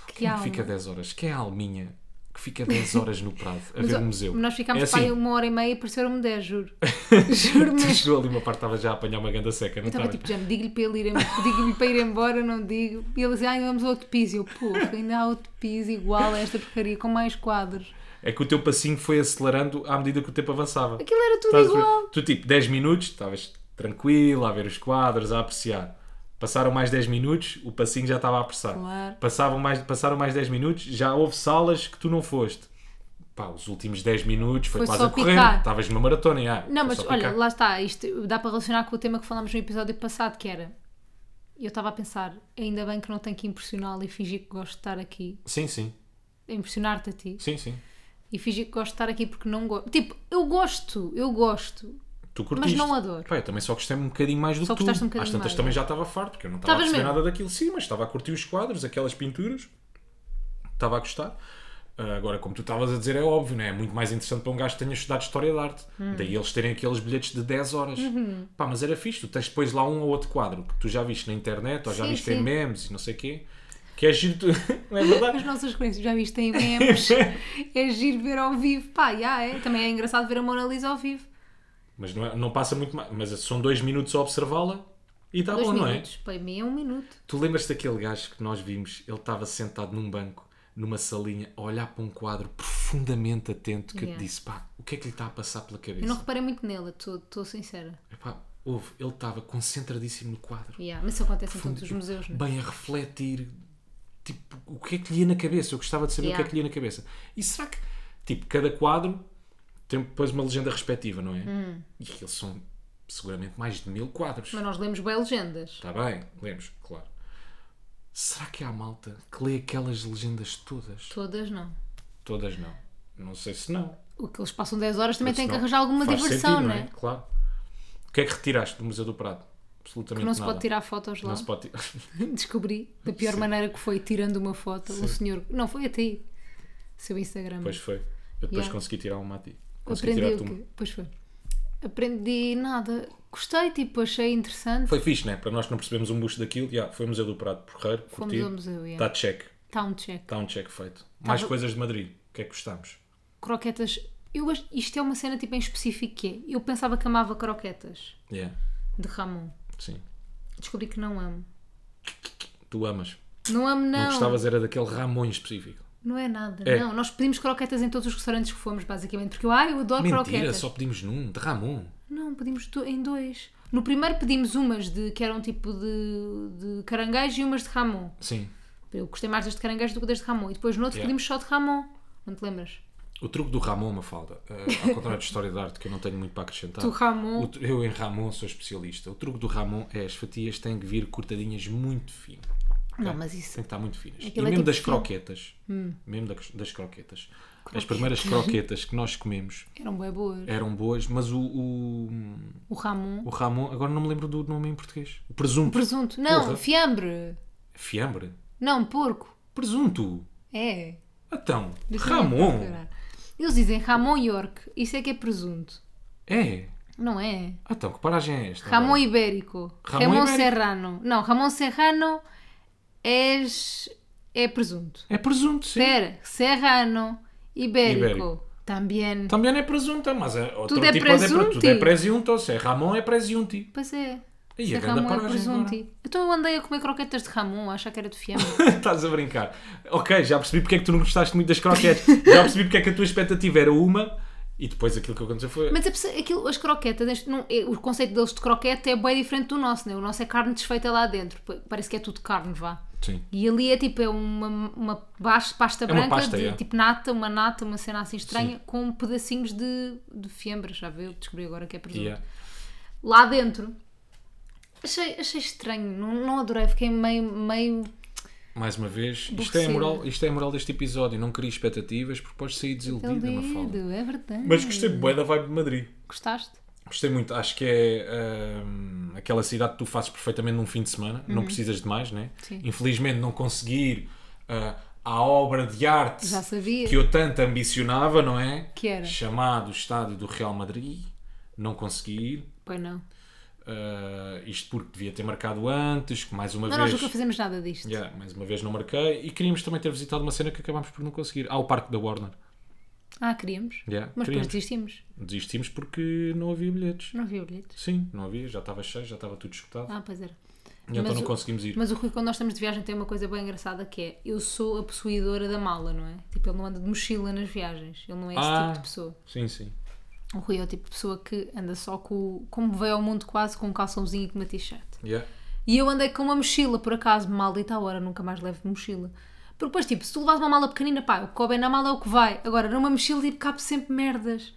Speaker 1: Que
Speaker 2: quem é que
Speaker 1: alma.
Speaker 2: fica 10 horas? Quem é a alminha que fica 10 horas no Prado a
Speaker 1: Mas,
Speaker 2: ver
Speaker 1: ó,
Speaker 2: o museu?
Speaker 1: Nós ficámos
Speaker 2: é
Speaker 1: para aí
Speaker 2: assim,
Speaker 1: uma hora e meia e apareceram-me 10, juro. juro
Speaker 2: tu
Speaker 1: mesmo.
Speaker 2: chegou ali uma parte, estava já a apanhar uma ganda seca, não
Speaker 1: Eu estava
Speaker 2: estava?
Speaker 1: tipo, já me digo-lhe para ele ir, em- digo-lhe para ir embora, não digo. E ele dizia, ai, vamos a outro piso. E eu, pô, ainda há outro piso igual a esta porcaria, com mais quadros.
Speaker 2: É que o teu passinho foi acelerando à medida que o tempo avançava.
Speaker 1: Aquilo era tudo
Speaker 2: Estás a ver?
Speaker 1: igual.
Speaker 2: Tu, tipo, 10 minutos, estavas tranquilo, a ver os quadros, a apreciar. Passaram mais 10 minutos, o passinho já estava a apressar.
Speaker 1: Claro.
Speaker 2: Passavam mais, passaram mais 10 minutos, já houve salas que tu não foste. Pá, os últimos 10 minutos foi,
Speaker 1: Foi
Speaker 2: quase
Speaker 1: só
Speaker 2: a correr.
Speaker 1: picar.
Speaker 2: Estavas numa maratona, já.
Speaker 1: Não,
Speaker 2: Foi
Speaker 1: mas
Speaker 2: só
Speaker 1: olha,
Speaker 2: picar.
Speaker 1: lá está, isto dá para relacionar com o tema que falámos no episódio passado, que era. Eu estava a pensar, ainda bem que não tenho que impressioná-lo e fingir que gosto de estar aqui,
Speaker 2: Sim, sim.
Speaker 1: impressionar-te a ti,
Speaker 2: Sim, sim.
Speaker 1: e fingir que gosto de estar aqui porque não gosto. Tipo, eu gosto, eu gosto.
Speaker 2: Tu curtiste.
Speaker 1: não adoro.
Speaker 2: Pá, eu também só gostei um bocadinho mais do
Speaker 1: Só
Speaker 2: que tu.
Speaker 1: gostaste um bocadinho
Speaker 2: Às tantas
Speaker 1: mais.
Speaker 2: também já estava farto, porque eu não estava a
Speaker 1: Estavas
Speaker 2: perceber
Speaker 1: mesmo?
Speaker 2: nada daquilo. Sim, mas estava a curtir os quadros, aquelas pinturas. Estava a gostar. Ah, Agora, como tu estavas a dizer, é óbvio, não é? É muito mais interessante para um gajo que tenha estudado História da Arte.
Speaker 1: Hum.
Speaker 2: Daí eles terem aqueles bilhetes de 10 horas.
Speaker 1: Uhum.
Speaker 2: Pá, mas era fixe. Tu tens depois lá um ou outro quadro que tu já viste na internet, ou já
Speaker 1: Sim,
Speaker 2: viste
Speaker 1: sim.
Speaker 2: em memes e não sei o quê. Que é giro tu... Não é verdade?
Speaker 1: As nossas experiências, já viste, em memes, é giro ver ao vivo, pá, já é. Também é engraçado ver a Mona Lisa ao vivo.
Speaker 2: Mas não, é- não passa muito mais. Mas são dois minutos a observá-la e está
Speaker 1: Dois
Speaker 2: bom, não é?
Speaker 1: minutos, para mim é um minuto.
Speaker 2: Tu lembras-te daquele gajo que nós vimos? Ele estava sentado num banco, numa salinha, a olhar para um quadro profundamente atento que eu
Speaker 1: Yeah.
Speaker 2: te disse, pá, o que é que lhe está a passar pela
Speaker 1: Eu não
Speaker 2: cabeça?
Speaker 1: reparei muito nela, estou sincera.
Speaker 2: Epá, houve, ele estava concentradíssimo no quadro,
Speaker 1: Yeah, mas isso acontece em
Speaker 2: Fundo,
Speaker 1: todos os museus, não é?
Speaker 2: bem a refletir, tipo, o que é que lhe ia na cabeça? Eu gostava de saber o que é
Speaker 1: Yeah.
Speaker 2: que lhe ia na cabeça. E será que, tipo, cada quadro tem depois uma legenda respectiva, não é?
Speaker 1: Hum.
Speaker 2: E eles são seguramente mais de mil quadros.
Speaker 1: Mas nós lemos bem legendas.
Speaker 2: Está Tá bem, lemos, claro. Será que há malta que lê aquelas legendas todas?
Speaker 1: Todas não.
Speaker 2: Todas não. Não sei se não.
Speaker 1: O que eles passam 10 horas também
Speaker 2: Mas
Speaker 1: têm que
Speaker 2: não.
Speaker 1: arranjar alguma
Speaker 2: Faz
Speaker 1: diversão,
Speaker 2: sentido,
Speaker 1: não é?
Speaker 2: Claro. O que é que retiraste do Museu do Prado? Absolutamente
Speaker 1: Que não se
Speaker 2: nada.
Speaker 1: pode tirar fotos lá.
Speaker 2: Não se pode tirar.
Speaker 1: Descobri da pior
Speaker 2: Sim.
Speaker 1: maneira que foi, tirando uma foto, o
Speaker 2: Sim.
Speaker 1: senhor. Não, foi até aí. Seu Instagram.
Speaker 2: Pois foi. Eu depois
Speaker 1: Yeah.
Speaker 2: consegui tirar uma a ti. Consegui
Speaker 1: Aprendi
Speaker 2: tirar-te um
Speaker 1: o
Speaker 2: uma.
Speaker 1: quê? Pois foi. Aprendi nada. Gostei, tipo, achei interessante.
Speaker 2: Foi fixe, né? Para nós que não percebemos um bucho daquilo, yeah, foi o Museu do Prado porreiro,
Speaker 1: Fomos
Speaker 2: curti.
Speaker 1: ao museu, yeah.
Speaker 2: Está check.
Speaker 1: Tá um check.
Speaker 2: Está um check feito. Mais coisas de Madrid. O que é que gostamos?
Speaker 1: Croquetas. Eu, gosto- isto é uma cena tipo em específico que é. Eu pensava que amava croquetas
Speaker 2: Yeah.
Speaker 1: de Ramon.
Speaker 2: Sim.
Speaker 1: Descobri que não amo.
Speaker 2: Tu amas.
Speaker 1: Não amo,
Speaker 2: Não,
Speaker 1: não.
Speaker 2: gostavas era daquele Ramon específico.
Speaker 1: Não é nada,
Speaker 2: É.
Speaker 1: não. Nós pedimos croquetas em todos os restaurantes que fomos, basicamente. Porque eu, ai, eu adoro
Speaker 2: Mentira,
Speaker 1: croquetas.
Speaker 2: só pedimos num, de Ramon.
Speaker 1: Não, pedimos do- em dois. No primeiro pedimos umas de, que eram tipo de, de caranguejo e umas de ramon.
Speaker 2: Sim.
Speaker 1: Eu gostei mais das de caranguejo do que das de ramon. E depois no outro
Speaker 2: Yeah.
Speaker 1: pedimos só de ramon. Não te lembras?
Speaker 2: O truque do Ramon, Mafalda, eh, ao contrário de história de arte, que eu não tenho muito para acrescentar.
Speaker 1: Do Ramon.
Speaker 2: Ah, O tru- eu em Ramon sou especialista. O truque do Ramon é as fatias têm que vir cortadinhas muito fino.
Speaker 1: Não, mas isso.
Speaker 2: Tem que estar muito finas.
Speaker 1: Aquilo
Speaker 2: e
Speaker 1: é
Speaker 2: mesmo
Speaker 1: tipo Hum.
Speaker 2: das
Speaker 1: filme.
Speaker 2: croquetas. Mesmo das, das croquetas. As primeiras croquetas que nós comemos
Speaker 1: Eram bem boas.
Speaker 2: eram boas, mas o, o,
Speaker 1: um O Ramon. Um
Speaker 2: o Ramon, agora não me lembro do nome em português. O presunto.
Speaker 1: Presunto. Não,
Speaker 2: Porra.
Speaker 1: fiambre.
Speaker 2: Fiambre.
Speaker 1: Não, porco.
Speaker 2: Presunto.
Speaker 1: É.
Speaker 2: Então,
Speaker 1: Deixa eu
Speaker 2: Ramon.
Speaker 1: procurar. Eles dizem Ramon York. Isso é que é presunto.
Speaker 2: É.
Speaker 1: Não é?
Speaker 2: Ah, Então, que paragem é esta?
Speaker 1: Ramon
Speaker 2: agora?
Speaker 1: Ibérico.
Speaker 2: Ramon
Speaker 1: Ramon,
Speaker 2: Ibérico.
Speaker 1: Serrano. Não, Ramon Serrano és... é presunto.
Speaker 2: É presunto, sim.
Speaker 1: Ser, Serrano, Ibérico.
Speaker 2: Ibérico.
Speaker 1: Também.
Speaker 2: Também é presunto, mas é outro
Speaker 1: Tudo é
Speaker 2: tipo de
Speaker 1: presunti.
Speaker 2: Tudo é presunto, se é Ramon é presunti.
Speaker 1: Pois é.
Speaker 2: E
Speaker 1: Ser
Speaker 2: a grande
Speaker 1: Ramon é
Speaker 2: paragem
Speaker 1: presunto. Então eu andei a comer croquetas de Ramon, a achar que era de fiambre.
Speaker 2: Estás a brincar. Ok, já percebi porque é que tu não gostaste muito das croquetes. já percebi porque é que a tua expectativa era uma e depois aquilo que aconteceu foi.
Speaker 1: Mas é preciso- aquilo, as croquetas, este não- é- o conceito deles de croquete é bem diferente do nosso, né? O nosso é carne desfeita lá dentro. pa- Parece que é tudo carne, vá.
Speaker 2: Sim.
Speaker 1: E ali é tipo, é uma, uma bas- pasta
Speaker 2: É uma
Speaker 1: branca,
Speaker 2: pasta,
Speaker 1: de,
Speaker 2: é.
Speaker 1: tipo nata, uma nata, uma cena assim estranha, com pedacinhos de, de fiambre, já viu? Descobri agora que é presunto.
Speaker 2: Yeah.
Speaker 1: Lá dentro, achei, achei estranho, não, não adorei, fiquei meio, meio...
Speaker 2: Mais uma vez, isto é, a
Speaker 1: Aborrecida.
Speaker 2: moral, isto é a moral deste episódio. Não cria expectativas porque podes sair desiludida, Mafalda.
Speaker 1: perdido, é verdade.
Speaker 2: Mas gostei bué da vibe de Madrid.
Speaker 1: Gostaste?
Speaker 2: Gostei muito. Acho que é hum, aquela cidade que tu fazes perfeitamente num fim de semana. Não precisas de mais, né?
Speaker 1: Uhum. Sim.
Speaker 2: Infelizmente não conseguir ah, a obra de arte
Speaker 1: Já sabia.
Speaker 2: que eu tanto ambicionava, não é?
Speaker 1: Que era?
Speaker 2: Chamado Estádio do Real Madrid. Não consegui ir.
Speaker 1: Pois não.
Speaker 2: Ah, isto porque devia ter marcado antes, que mais uma
Speaker 1: Não, nós
Speaker 2: vez...
Speaker 1: nunca fizemos nada disto.
Speaker 2: Yeah, mais uma vez não marquei. E queríamos também ter visitado uma cena que acabámos por não conseguir. Ao Parque da Warner.
Speaker 1: Ah, queríamos.
Speaker 2: Yeah,
Speaker 1: Mas depois
Speaker 2: queríamos.
Speaker 1: desistimos.
Speaker 2: Desistimos porque não havia bilhetes.
Speaker 1: Não havia bilhetes.
Speaker 2: Sim, não havia. Já estava cheio, já estava tudo escutado.
Speaker 1: Ah, pois era.
Speaker 2: E então
Speaker 1: Mas
Speaker 2: não
Speaker 1: o-
Speaker 2: conseguimos ir.
Speaker 1: Mas o Rui, quando nós estamos de viagem, tem uma coisa bem engraçada que é eu sou a possuidora da mala, não é? Tipo, ele não anda de mochila nas viagens. Ele não é esse
Speaker 2: Ah.
Speaker 1: tipo de pessoa.
Speaker 2: Sim, sim.
Speaker 1: O Rui é o tipo de pessoa que anda só com. o- Como veio ao mundo quase com um calçãozinho e com uma t-shirt.
Speaker 2: Yeah.
Speaker 1: E eu andei com uma mochila, por acaso, maldita hora, nunca mais levo mochila. Porque depois, tipo, se tu levas uma mala pequenina, pá, o que coube na mala é o que vai. Agora, numa mochila, tipo, cabe sempre merdas.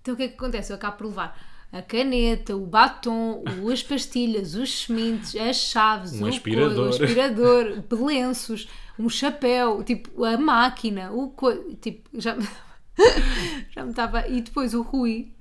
Speaker 1: Então o que é que acontece? Eu acabo por levar a caneta, o batom, o- as pastilhas, os semintes, as chaves,
Speaker 2: Um
Speaker 1: o
Speaker 2: aspirador.
Speaker 1: co- o aspirador, lenços, um chapéu, tipo, a máquina, o co... Tipo, já me... já me estava... E depois o Rui...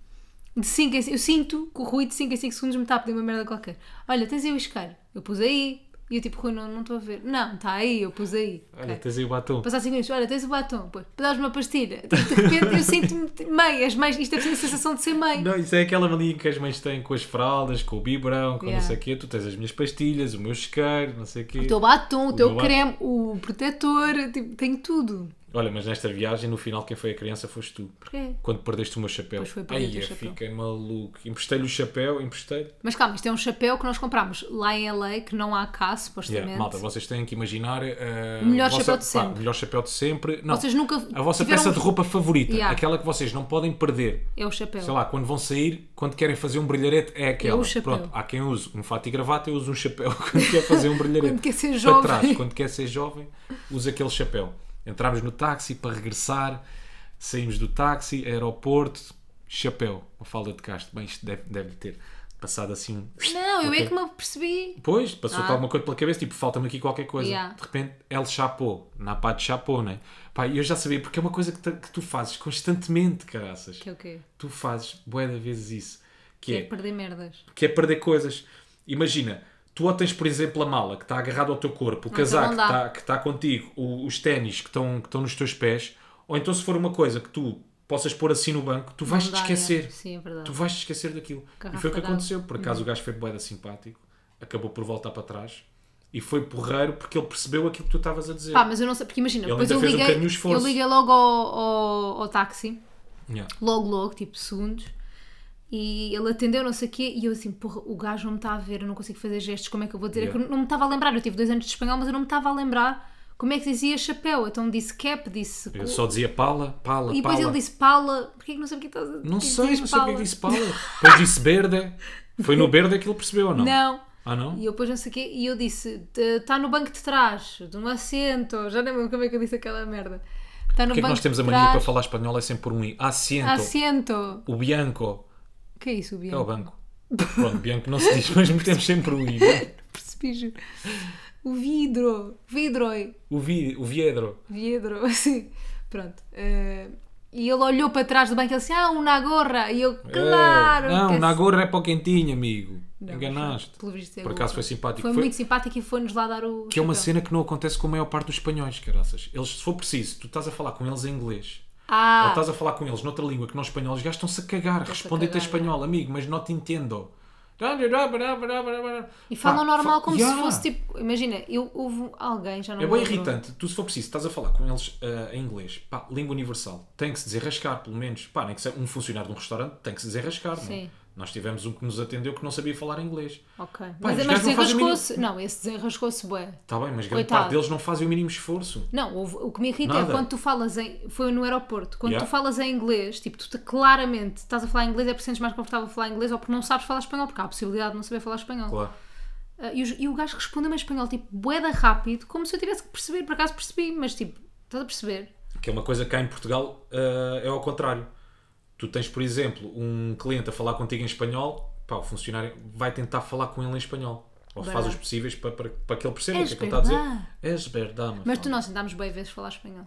Speaker 1: De 5 em 5, eu sinto que o Rui de 5 em 5 segundos me está a pedir uma merda qualquer. Olha, tens aí o isqueiro. Eu pus aí. E eu tipo, Rui, não não estou a ver. Não, está aí, eu pus aí.
Speaker 2: Olha,
Speaker 1: Ok.
Speaker 2: tens aí o batom.
Speaker 1: Passar 5 minutos, olha, tens o batom, pois, dás-me uma pastilha. De repente eu sinto-me t- mãe, as mães, isto é a sensação de ser mãe.
Speaker 2: Não, isso é aquela mania que as mães têm com as fraldas, com o biberão, com não
Speaker 1: Yeah. Então-
Speaker 2: sei o quê. Tu tens as minhas pastilhas, o meu isqueiro, não sei o quê.
Speaker 1: O teu batom, o, teu
Speaker 2: meu
Speaker 1: creme, o protetor, tipo, tenho tudo.
Speaker 2: Olha, mas nesta viagem, no final, quem foi a criança foste tu.
Speaker 1: Porquê?
Speaker 2: Quando perdeste o meu chapéu.
Speaker 1: Pois foi, perdi o
Speaker 2: Ai,
Speaker 1: teu
Speaker 2: eu
Speaker 1: chapéu.
Speaker 2: fiquei maluco. Emprestei-lhe o chapéu, emprestei-lhe.
Speaker 1: Mas calma, isto é um chapéu que nós comprámos lá em LA, que não há cá, supostamente.
Speaker 2: Yeah, malta, vocês têm que imaginar eh,
Speaker 1: O melhor
Speaker 2: vossa-
Speaker 1: chapéu de
Speaker 2: pá,
Speaker 1: sempre.
Speaker 2: o melhor chapéu de sempre. Não,
Speaker 1: Vocês nunca
Speaker 2: a vossa
Speaker 1: tiveram
Speaker 2: peça
Speaker 1: um-
Speaker 2: de roupa favorita,
Speaker 1: Yeah.
Speaker 2: aquela que vocês não podem perder.
Speaker 1: É o chapéu.
Speaker 2: Sei lá, quando vão sair, quando querem fazer um brilharete, é
Speaker 1: É
Speaker 2: aquela.
Speaker 1: o chapéu.
Speaker 2: Pronto, há quem use um fato e gravata, eu uso um chapéu quando quer fazer um brilharete.
Speaker 1: Quando quer ser
Speaker 2: Para
Speaker 1: jovem.
Speaker 2: trás, quando quer ser jovem, usa aquele chapéu. Entramos no táxi para regressar, saímos do táxi, aeroporto, chapéu. Uma falda de casto. Bem, isto deve, deve ter passado assim um.
Speaker 1: Não, eu
Speaker 2: Ok.
Speaker 1: é que me apercebi.
Speaker 2: Pois, passou-te
Speaker 1: Ah.
Speaker 2: alguma coisa pela cabeça, tipo, falta-me aqui qualquer coisa.
Speaker 1: Yeah.
Speaker 2: De repente, El Chapo, na parte de Chapo, né? Pá, eu já sabia, porque é uma coisa que, ta- que tu fazes constantemente, caraças.
Speaker 1: Que é o quê?
Speaker 2: Tu fazes, bué de vezes isso. Que
Speaker 1: Que é
Speaker 2: é,
Speaker 1: perder merdas.
Speaker 2: que é perder coisas. Imagina, tu ou tens, por exemplo, a mala que está agarrada ao teu corpo, o casaco
Speaker 1: Então não dá.
Speaker 2: que está- que está contigo, o- os ténis que estão, que estão nos teus pés, ou então se for uma coisa que tu possas pôr assim no banco, tu vais
Speaker 1: Não
Speaker 2: te
Speaker 1: dá, é.
Speaker 2: esquecer
Speaker 1: Sim, é verdade.
Speaker 2: tu vais te esquecer daquilo.
Speaker 1: Garrafa
Speaker 2: e foi o que
Speaker 1: d'água. Uhum.
Speaker 2: aconteceu. Por acaso o gajo foi boeda simpático, acabou por voltar para trás e foi porreiro porque ele percebeu aquilo que tu estavas a dizer.
Speaker 1: Pá, mas eu não sei, porque imagina,
Speaker 2: Ele
Speaker 1: depois
Speaker 2: ainda
Speaker 1: eu
Speaker 2: fez um
Speaker 1: liguei,
Speaker 2: bocadinho de
Speaker 1: eu
Speaker 2: esforço.
Speaker 1: liguei logo ao, ao, ao táxi.
Speaker 2: Yeah.
Speaker 1: logo, logo, tipo segundos. E ele atendeu, não sei o quê, e eu assim, porra, o gajo não me está a ver, eu não consigo fazer gestos, como é que eu vou dizer? É que
Speaker 2: Yeah.
Speaker 1: eu não me estava a lembrar, eu tive dois anos de espanhol, mas eu não me estava a lembrar como é que dizia chapéu. Então disse cap, disse.
Speaker 2: Eu só dizia pala, pala,
Speaker 1: e depois
Speaker 2: pala.
Speaker 1: ele disse pala, porquê que não sei o que estás a dizer?
Speaker 2: Não sei, não sei o que é que disse pala. depois disse verde. Foi no verde que ele percebeu ou não?
Speaker 1: Não.
Speaker 2: Ah, não?
Speaker 1: E eu depois não sei o quê, e eu disse, está no banco de trás, de um assento, já nem lembro como é que eu disse aquela merda. Está no
Speaker 2: Porquê é que
Speaker 1: banco
Speaker 2: nós temos a
Speaker 1: de
Speaker 2: mania para
Speaker 1: trás,
Speaker 2: falar espanhol é sempre por um i? Assento.
Speaker 1: Assento.
Speaker 2: O bianco.
Speaker 1: O Ah, que é isso,
Speaker 2: É
Speaker 1: Bianca?
Speaker 2: o um é? banco. Pronto, bianco não se diz, mas metemos sempre o i.
Speaker 1: Percebi, juro. O vidro! Vidro!
Speaker 2: O, vi, o Viedro.
Speaker 1: Viedro, assim. Pronto. Eh, e ele olhou para trás do banco e disse: Ah, um Nagorra! E eu, claro!
Speaker 2: É. Não,
Speaker 1: que
Speaker 2: na
Speaker 1: esse-
Speaker 2: gorra é para o quentinho, amigo.
Speaker 1: Não,
Speaker 2: Enganaste.
Speaker 1: mas, Pelo visto, é
Speaker 2: Por
Speaker 1: o-
Speaker 2: acaso foi simpático.
Speaker 1: Foi,
Speaker 2: Foi-
Speaker 1: muito simpático e foi-nos lá dar o.
Speaker 2: Que é uma
Speaker 1: chapéu.
Speaker 2: cena que não acontece com a maior parte dos espanhóis, caraças. Eles, se for preciso, tu estás a falar com eles em inglês. Ou
Speaker 1: Ah,
Speaker 2: estás a falar com eles noutra língua que não espanhol, eles gastam-se a cagar,
Speaker 1: a
Speaker 2: respondem-te em
Speaker 1: cagar,
Speaker 2: espanhol, amigo, mas não te entendo. E
Speaker 1: e falam normal como se fosse tipo. Imagina, eu houve um- alguém, já não
Speaker 2: É
Speaker 1: me
Speaker 2: bem
Speaker 1: lembro.
Speaker 2: irritante. Tu, se for preciso, estás a falar com eles ah, em inglês. Pá, língua universal. Tem que se desenrascar, pelo menos. Pá, nem que seja um funcionário de um restaurante, tem que se desenrascar, não é?
Speaker 1: Sim.
Speaker 2: Nós tivemos um que nos atendeu que não sabia falar inglês.
Speaker 1: Ok.
Speaker 2: os
Speaker 1: mas mas
Speaker 2: gajos não fazem
Speaker 1: desenrascou-se. Não, esse desenrascou-se, bué.
Speaker 2: Está Tá bem, mas grande
Speaker 1: Coitado.
Speaker 2: parte deles não fazem o mínimo esforço.
Speaker 1: Não, houve- o que me irrita
Speaker 2: Nada.
Speaker 1: é quando tu falas em. Foi no aeroporto. Quando
Speaker 2: Yeah.
Speaker 1: tu falas em inglês, tipo, tu te- claramente estás a falar inglês é porque sentes mais confortável a falar inglês ou porque não sabes falar espanhol, porque há a possibilidade de não saber falar espanhol.
Speaker 2: Claro.
Speaker 1: Ah, e, os- e o gajo responde-me em espanhol, tipo, boeda rápido, como se eu tivesse que perceber. Por acaso percebi, mas tipo, estás a perceber?
Speaker 2: Que é uma coisa que cá em Portugal ah, é ao contrário. Tu tens, por exemplo, um cliente a falar contigo em espanhol, pá, o funcionário vai tentar falar com ele em espanhol. Ou faz
Speaker 1: Verdade.
Speaker 2: os possíveis para, para, para que ele perceba o
Speaker 1: És
Speaker 2: que é que ele está a dizer.
Speaker 1: verdade.
Speaker 2: És verdade.
Speaker 1: Mas tu nós tentámos bem vezes falar espanhol.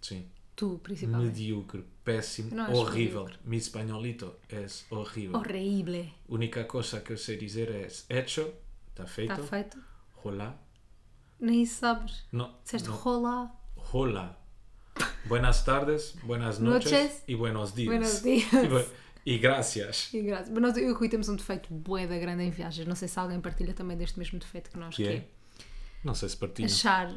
Speaker 2: Sim.
Speaker 1: Tu, principalmente.
Speaker 2: Medíocre, péssimo,
Speaker 1: Não és
Speaker 2: horrível.
Speaker 1: medíocre.
Speaker 2: Mi espanholito es horrível.
Speaker 1: Horrible.
Speaker 2: Única coisa que eu sei dizer é hecho, está feito,
Speaker 1: Está Tá feito?
Speaker 2: hola.
Speaker 1: Nem isso sabes.
Speaker 2: No,
Speaker 1: Disseste
Speaker 2: no,
Speaker 1: rola.
Speaker 2: hola. Buenas tardes, buenas noches,
Speaker 1: Noches.
Speaker 2: e buenos dias.
Speaker 1: Buenos dias.
Speaker 2: E, bu- e gracias.
Speaker 1: Que graça. Mas nós, eu e o Rui temos um defeito bué da grande em viagens. Não sei se alguém partilha também deste mesmo defeito que nós,
Speaker 2: que
Speaker 1: que
Speaker 2: é? Não sei se
Speaker 1: é
Speaker 2: partilham.
Speaker 1: achar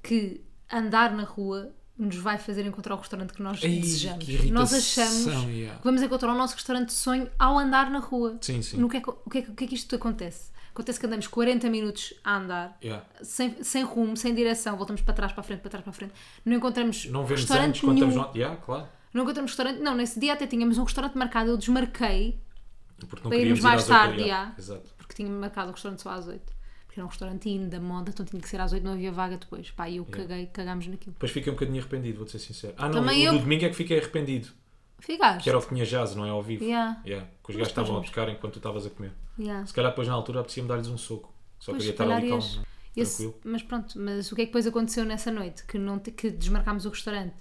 Speaker 1: que andar na rua nos vai fazer encontrar o restaurante que nós
Speaker 2: Ei,
Speaker 1: desejamos.
Speaker 2: que irritação,
Speaker 1: nós achamos
Speaker 2: yeah.
Speaker 1: que vamos encontrar o nosso restaurante de sonho ao andar na rua.
Speaker 2: Sim, sim.
Speaker 1: No que é que- o, que é, que- o que é que isto acontece? Acontece que andamos 40 minutos a andar,
Speaker 2: Yeah.
Speaker 1: sem, sem rumo, sem direção, voltamos para trás, para a frente, para trás, para a frente. Não encontramos
Speaker 2: Não vemos
Speaker 1: restaurante
Speaker 2: antes quando
Speaker 1: nenhum.
Speaker 2: estamos no... yeah, claro.
Speaker 1: Não encontramos restaurante. Não, nesse dia até tínhamos um restaurante marcado, eu desmarquei
Speaker 2: Porque não
Speaker 1: Para irmos
Speaker 2: queríamos ir
Speaker 1: mais
Speaker 2: às oito da
Speaker 1: tarde,
Speaker 2: manhã.
Speaker 1: yeah.
Speaker 2: Exato.
Speaker 1: porque tinha marcado o restaurante só às 8. Porque era um restaurante restaurantinho da moda, então tinha que ser às 8, não havia vaga depois. Pá, e eu caguei, cagámos naquilo.
Speaker 2: Depois fiquei um bocadinho arrependido, vou-te ser sincero. Ah, não,
Speaker 1: Também
Speaker 2: o do
Speaker 1: eu-
Speaker 2: domingo é que fiquei arrependido.
Speaker 1: Figaste.
Speaker 2: Que era o que tinha jazz, não é? Ao vivo.
Speaker 1: Yeah.
Speaker 2: Yeah. Que os
Speaker 1: Mas
Speaker 2: gajos estavam a
Speaker 1: depois
Speaker 2: buscar enquanto tu estavas a comer.
Speaker 1: Yeah.
Speaker 2: Se calhar depois na altura apetecia-me dar-lhes um soco. Só
Speaker 1: Pois,
Speaker 2: queria
Speaker 1: se
Speaker 2: estar ali
Speaker 1: calhar
Speaker 2: calmo.
Speaker 1: ias-
Speaker 2: não é?
Speaker 1: Esse-
Speaker 2: Tranquilo.
Speaker 1: mas pronto, mas o que é que depois aconteceu nessa noite? Que, não, te- que desmarcámos o restaurante,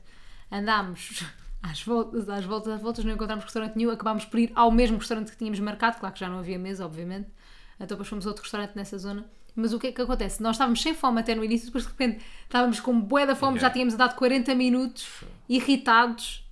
Speaker 1: andámos às voltas, às voltas, às voltas, não encontramos restaurante nenhum, acabámos por ir ao mesmo restaurante que tínhamos marcado, claro que já não havia mesa, obviamente, então depois fomos a outro restaurante nessa zona. Mas o que é que acontece? Nós estávamos sem fome até no início, depois de repente estávamos com bué da fome, já
Speaker 2: Yeah.
Speaker 1: tínhamos andado 40 minutos, irritados.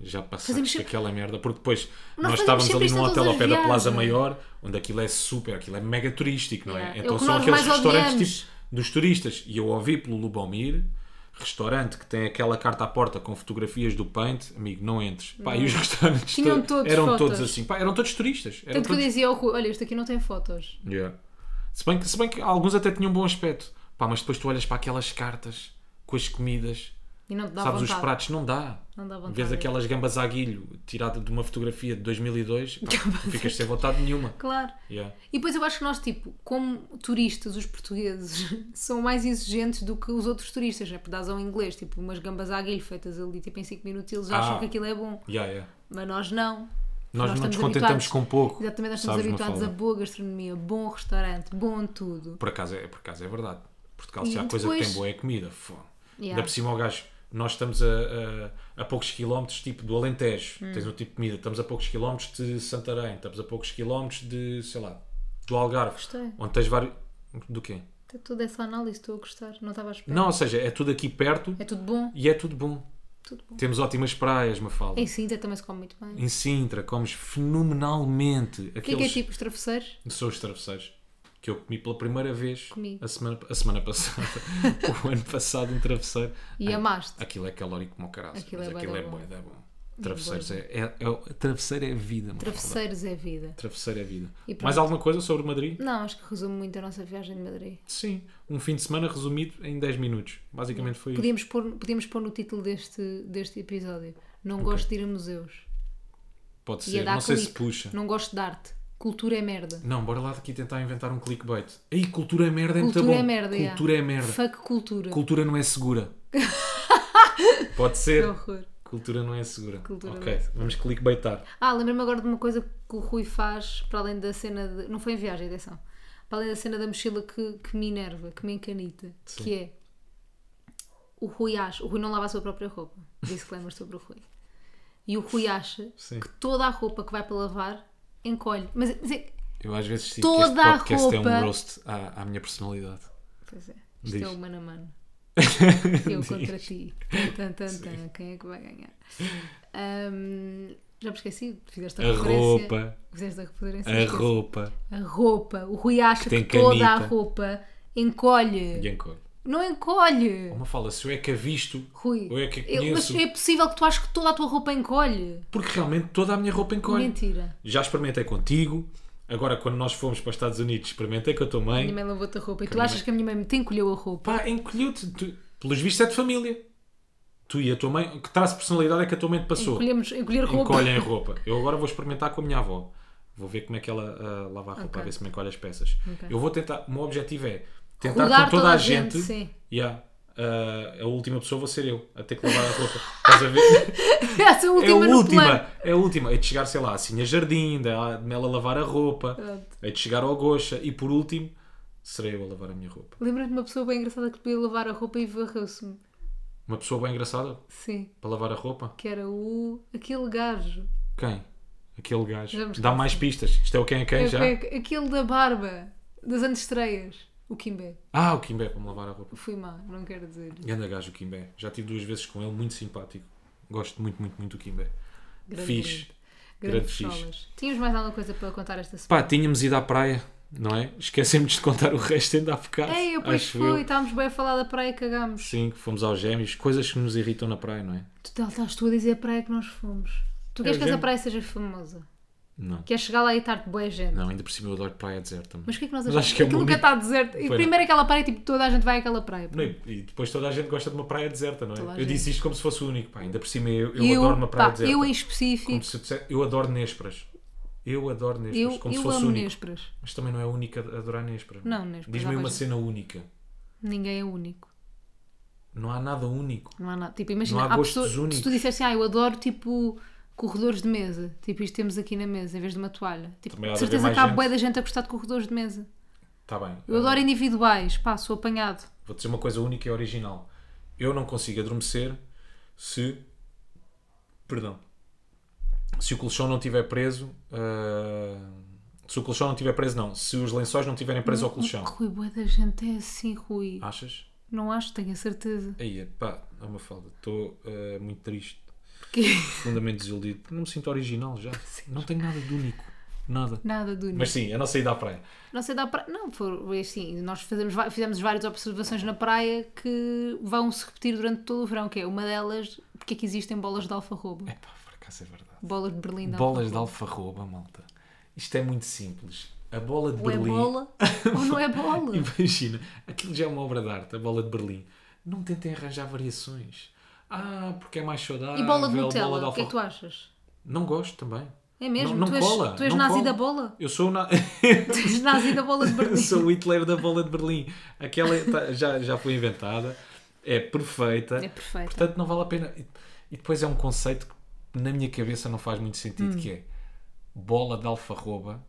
Speaker 2: Já passaste
Speaker 1: Fazemos sempre-
Speaker 2: aquela merda. Porque depois nós,
Speaker 1: fazemos
Speaker 2: estávamos
Speaker 1: sempre
Speaker 2: ali
Speaker 1: isto
Speaker 2: num
Speaker 1: em todas
Speaker 2: hotel ao
Speaker 1: as
Speaker 2: pé da Plaza
Speaker 1: viagens.
Speaker 2: Maior, onde aquilo é super, aquilo é mega turístico, não é?
Speaker 1: Yeah. É
Speaker 2: Então
Speaker 1: o que
Speaker 2: são
Speaker 1: nós
Speaker 2: aqueles
Speaker 1: mais
Speaker 2: restaurantes
Speaker 1: odiamos.
Speaker 2: tipo dos turistas. E eu ouvi pelo Lubomir, restaurante que tem aquela carta à porta com fotografias do Paint, amigo, não entres. Pá, e os restaurantes
Speaker 1: Tinham
Speaker 2: to-
Speaker 1: todos
Speaker 2: eram
Speaker 1: fotos.
Speaker 2: todos assim. Pá, eram todos turistas. Eram
Speaker 1: Tanto que eu
Speaker 2: todos-
Speaker 1: dizia ao Rui, olha, isto aqui não tem fotos.
Speaker 2: Yeah. Se, bem que, se bem que alguns até tinham um bom aspecto. Pá, mas depois tu olhas para aquelas cartas com as comidas,
Speaker 1: E não te dá
Speaker 2: sabes, os
Speaker 1: vontade.
Speaker 2: pratos, não dá.
Speaker 1: Não dá vontade. é tipo-
Speaker 2: Vês aquelas gambas a guilho tirada de uma fotografia de 2002, pá, tu ficas sem vontade nenhuma.
Speaker 1: Claro.
Speaker 2: Yeah.
Speaker 1: E depois eu acho que nós, tipo, como turistas, os portugueses são mais exigentes do que os outros turistas, né? Porque dás ao inglês, tipo, umas gambas à guilho feitas ali, tipo, em 5 minutos e eles acham
Speaker 2: Ah.
Speaker 1: que aquilo é bom.
Speaker 2: Yeah, yeah.
Speaker 1: Mas nós não.
Speaker 2: Nós, não nos
Speaker 1: estamos
Speaker 2: contentamos
Speaker 1: habituados-
Speaker 2: com pouco.
Speaker 1: Exatamente, nós estamos
Speaker 2: sabes,
Speaker 1: habituados a
Speaker 2: Mafalda?
Speaker 1: boa gastronomia, bom restaurante, bom tudo.
Speaker 2: Por acaso é, por acaso é verdade. Portugal, se
Speaker 1: E
Speaker 2: há coisa que tem
Speaker 1: depois-
Speaker 2: boa é comida. Fô.
Speaker 1: Yeah.
Speaker 2: Ainda por cima, o gajo, nós estamos a, a, a poucos quilómetros tipo do Alentejo,
Speaker 1: Hum.
Speaker 2: tens um tipo de comida. Estamos a poucos quilómetros de Santarém, estamos a poucos quilómetros de, sei lá, do Algarve.
Speaker 1: Gostei.
Speaker 2: Onde tens vários. Do quê?
Speaker 1: Até toda essa análise estou a gostar, não estava à espera.
Speaker 2: Não, ou seja, é tudo aqui perto
Speaker 1: É tudo bom,
Speaker 2: e é tudo bom.
Speaker 1: tudo bom.
Speaker 2: Temos ótimas praias, Mafalda.
Speaker 1: Em Sintra também se come muito bem.
Speaker 2: Em Sintra, comes fenomenalmente
Speaker 1: O que é que é
Speaker 2: aqueles
Speaker 1: tipo os travesseiros?
Speaker 2: são os travesseiros que eu comi pela primeira vez
Speaker 1: Comi.
Speaker 2: a semana, a semana passada, o ano passado, um travesseiro.
Speaker 1: E amaste.
Speaker 2: Aquilo é calórico como o caralho,
Speaker 1: Aquilo
Speaker 2: mas
Speaker 1: é bué
Speaker 2: aquilo
Speaker 1: da
Speaker 2: é
Speaker 1: bom.
Speaker 2: bom, é bom. Travesseiros é, é, é, o- travesseiro é vida, Mafalda.
Speaker 1: Travesseiros é vida.
Speaker 2: Travesseiro é vida.
Speaker 1: E pronto.
Speaker 2: Mais alguma coisa sobre Madrid?
Speaker 1: Não, acho que resume muito a nossa viagem de Madrid.
Speaker 2: Sim, um fim de semana resumido em 10 minutos. Basicamente foi isso.
Speaker 1: Podíamos pôr, podíamos pôr no título deste, deste episódio. Não gosto de ir a museus.
Speaker 2: Pode
Speaker 1: Ia
Speaker 2: ser,
Speaker 1: dar
Speaker 2: não sei se
Speaker 1: clique.
Speaker 2: puxa. Tá
Speaker 1: Não gosto de arte. Cultura é merda.
Speaker 2: Não, bora lá daqui tentar inventar um clickbait. Aí, cultura é merda, é muito
Speaker 1: Cultura
Speaker 2: bom.
Speaker 1: é merda. já.
Speaker 2: cultura é merda.
Speaker 1: Fuck cultura.
Speaker 2: Cultura não é segura. Pode
Speaker 1: Que
Speaker 2: ser.
Speaker 1: horror.
Speaker 2: Cultura não é segura.
Speaker 1: Cultura
Speaker 2: ok,
Speaker 1: não é
Speaker 2: vamos clickbaitar.
Speaker 1: Ah, lembrei-me agora de uma coisa que o Rui faz para além da cena de. Não foi em viagem, atenção. para além da cena da mochila que, que me enerva, que me encanita,
Speaker 2: Sim.
Speaker 1: que é o Rui acha, o Rui não lava a sua própria roupa. Disclaimer sobre o Rui. E o Rui acha
Speaker 2: Sim.
Speaker 1: que toda a roupa que vai para lavar encolhe. Mas, mas é-
Speaker 2: Eu às vezes sinto
Speaker 1: Toda
Speaker 2: que este
Speaker 1: a
Speaker 2: podcast é
Speaker 1: roupa-
Speaker 2: um roast à, à minha personalidade.
Speaker 1: Pois é, isto
Speaker 2: Diz.
Speaker 1: é o mano a mano. Eu contra ti. Tan, tan, tan, tan. Quem é que vai ganhar? Ahm, já me esqueci, fizeste a,
Speaker 2: A
Speaker 1: referência.
Speaker 2: roupa,
Speaker 1: Fizeste a referência.
Speaker 2: a
Speaker 1: esqueci.
Speaker 2: roupa.
Speaker 1: A roupa. O Rui acha que,
Speaker 2: tem
Speaker 1: toda a
Speaker 2: canita.
Speaker 1: roupa encolhe.
Speaker 2: Bianco.
Speaker 1: Não encolhe.
Speaker 2: Uma fala, se eu é que a visto,
Speaker 1: Rui,
Speaker 2: ou é que a
Speaker 1: eu- mas
Speaker 2: conheço,
Speaker 1: é possível que tu aches que toda a tua roupa encolhe?
Speaker 2: porque realmente toda a minha roupa encolhe.
Speaker 1: Mentira.
Speaker 2: Já experimentei contigo, agora quando nós fomos para os Estados Unidos, experimentei com a tua
Speaker 1: A minha
Speaker 2: mãe.
Speaker 1: mãe lavou-te a roupa e tu
Speaker 2: minha
Speaker 1: achas
Speaker 2: mãe-
Speaker 1: que a minha mãe me te encolheu a roupa?
Speaker 2: Pá, encolheu-te. Tu- Pelos vistos é de família. Tu e a tua mãe, que traço de personalidade é que a tua mãe te passou?
Speaker 1: Encolhemos, encolher roupa.
Speaker 2: encolhem roupa. Eu agora vou experimentar com a minha avó. Vou ver como é que ela ah, lava a roupa,
Speaker 1: Ok.
Speaker 2: a ver se me encolhe as peças.
Speaker 1: Ok.
Speaker 2: Eu vou tentar. O meu objetivo é tentar
Speaker 1: Rodar
Speaker 2: com toda, a gente.
Speaker 1: sim.
Speaker 2: Yeah, ah, a última pessoa vou ser eu a ter que lavar a roupa. Estás a ver?
Speaker 1: Essa
Speaker 2: é a
Speaker 1: última no plano.
Speaker 2: última. É a última. É de chegar, sei lá, assim a jardim, da de ela lavar a roupa.
Speaker 1: Pronto.
Speaker 2: É de chegar ao goxa. E por último, serei eu a lavar a minha roupa.
Speaker 1: Lembro-me de uma pessoa bem engraçada que podia lavar a roupa e varreu-se-me.
Speaker 2: Uma pessoa bem engraçada
Speaker 1: Sim.
Speaker 2: para lavar a roupa?
Speaker 1: Que era o. aquele gajo.
Speaker 2: Quem? Aquele
Speaker 1: Já
Speaker 2: gajo.
Speaker 1: me esqueci.
Speaker 2: Dá mais pistas. Isto é o quem é quem
Speaker 1: É,
Speaker 2: já?
Speaker 1: é, aquele da barba. das antestreias. O Kimbé.
Speaker 2: Ah, o Kimbé para me lavar a roupa.
Speaker 1: Fui má, não quero dizer.
Speaker 2: Ganda gajo o Kimbé. Já tive duas vezes com ele, muito simpático. Gosto muito, muito, muito do Kimbé.
Speaker 1: Grande
Speaker 2: Fixe.
Speaker 1: grande.
Speaker 2: Grande
Speaker 1: Grandes
Speaker 2: fixe.
Speaker 1: solas. Tínhamos mais alguma coisa para contar esta semana?
Speaker 2: Pá, tínhamos ido à praia, não é? Esquecemos de contar o resto ainda há bocado.
Speaker 1: Ei, É, eu pois
Speaker 2: acho
Speaker 1: foi,
Speaker 2: eu.
Speaker 1: estávamos bem a falar da praia e cagámos.
Speaker 2: Sim, que fomos aos gêmeos. Coisas que nos irritam na praia, não é?
Speaker 1: Tu tá- estás tu a dizer a praia que nós fomos. Tu queres
Speaker 2: É,
Speaker 1: que essa
Speaker 2: gente.
Speaker 1: praia seja famosa?
Speaker 2: Não.
Speaker 1: Queres chegar lá e estar boa gente?
Speaker 2: Não, ainda por cima eu adoro praia deserta. também.
Speaker 1: Mas o que é que nós
Speaker 2: Mas
Speaker 1: achamos?
Speaker 2: acho que é
Speaker 1: Aquilo
Speaker 2: uma
Speaker 1: nunca
Speaker 2: única-
Speaker 1: está deserto. E
Speaker 2: Foi, não.
Speaker 1: primeiro aquela praia, tipo, toda a gente vai àquela praia.
Speaker 2: Não, e- e depois toda a gente gosta de uma praia deserta, não é?
Speaker 1: Toda a
Speaker 2: Eu disse
Speaker 1: gente.
Speaker 2: isto como se fosse o único. Pá, ainda por cima eu, eu
Speaker 1: E
Speaker 2: adoro uma praia
Speaker 1: pá,
Speaker 2: deserta.
Speaker 1: Eu em
Speaker 2: Como
Speaker 1: específico,
Speaker 2: se eu dissesse, eu adoro Nésperas. Eu adoro Nésperas,
Speaker 1: eu,
Speaker 2: como se
Speaker 1: eu
Speaker 2: fosse
Speaker 1: amo
Speaker 2: o único.
Speaker 1: Nésperas.
Speaker 2: Mas também não é única a adorar Nésperas.
Speaker 1: Não, Nésperas, há
Speaker 2: Diz-me
Speaker 1: mais
Speaker 2: uma
Speaker 1: gente.
Speaker 2: cena única.
Speaker 1: Ninguém é único.
Speaker 2: Não há nada único.
Speaker 1: Não há nada. Tipo, imagina,
Speaker 2: Não há
Speaker 1: há
Speaker 2: gostos
Speaker 1: pessoas- se tu
Speaker 2: únicos.
Speaker 1: dissesse assim, ah, eu adoro, tipo, corredores de mesa. Tipo, isto temos aqui na mesa, em vez de uma toalha. Tipo,
Speaker 2: Também há
Speaker 1: de
Speaker 2: de haver
Speaker 1: certeza
Speaker 2: mais
Speaker 1: que há
Speaker 2: gente.
Speaker 1: bué da gente a gostar de corredores de mesa.
Speaker 2: Está bem.
Speaker 1: Eu
Speaker 2: Ah,
Speaker 1: adoro individuais. Pá, sou apanhado.
Speaker 2: Vou dizer uma coisa única e original. Eu não consigo adormecer se. Perdão. Se o colchão não estiver preso. ah, Se o colchão não estiver preso, não. Se os lençóis não estiverem presos
Speaker 1: Uhum.
Speaker 2: ao colchão.
Speaker 1: Rui, bué da gente é assim, Rui.
Speaker 2: Achas?
Speaker 1: Não acho, tenho a certeza.
Speaker 2: Aí, pá, é uma falda. Estou ah, muito triste.
Speaker 1: Porque
Speaker 2: Profundamente desiludido. Não me sinto original já. Não tenho nada de único. Nada.
Speaker 1: nada do único.
Speaker 2: Mas sim, a nossa ida à praia.
Speaker 1: Não sei, dá para. Não, foi assim. Nós fazemos, va- fizemos várias observações na praia que vão se repetir durante todo o verão, que é uma delas, porque é que existem bolas de alfarroba.
Speaker 2: Pá, por acaso é verdade.
Speaker 1: Bolas de Berlim de
Speaker 2: Bolas de
Speaker 1: alfarroba.
Speaker 2: alfarroba, malta. Isto é muito simples. A bola de
Speaker 1: Ou é
Speaker 2: Berlim.
Speaker 1: bola ou não é bola.
Speaker 2: Imagina, aquilo já é uma obra de arte, a bola de Berlim. Não tentem arranjar variações. Ah, porque é mais saudável.
Speaker 1: E bola de
Speaker 2: Nutella,
Speaker 1: Nutella, o que é que tu achas?
Speaker 2: Não gosto também.
Speaker 1: É mesmo?
Speaker 2: Não- não
Speaker 1: tu és,
Speaker 2: cola,
Speaker 1: tu és
Speaker 2: não
Speaker 1: nazi
Speaker 2: cola.
Speaker 1: da bola?
Speaker 2: Eu sou o na...
Speaker 1: Tu és nazi da bola de
Speaker 2: Eu
Speaker 1: Berlim.
Speaker 2: sou o Hitler da bola de Berlim. Aquela é- tá- já, já foi inventada, é perfeita.
Speaker 1: É perfeita.
Speaker 2: Portanto, não vale a pena. E- E depois é um conceito que na minha cabeça não faz muito sentido,
Speaker 1: Hum.
Speaker 2: que é bola de alfarroba.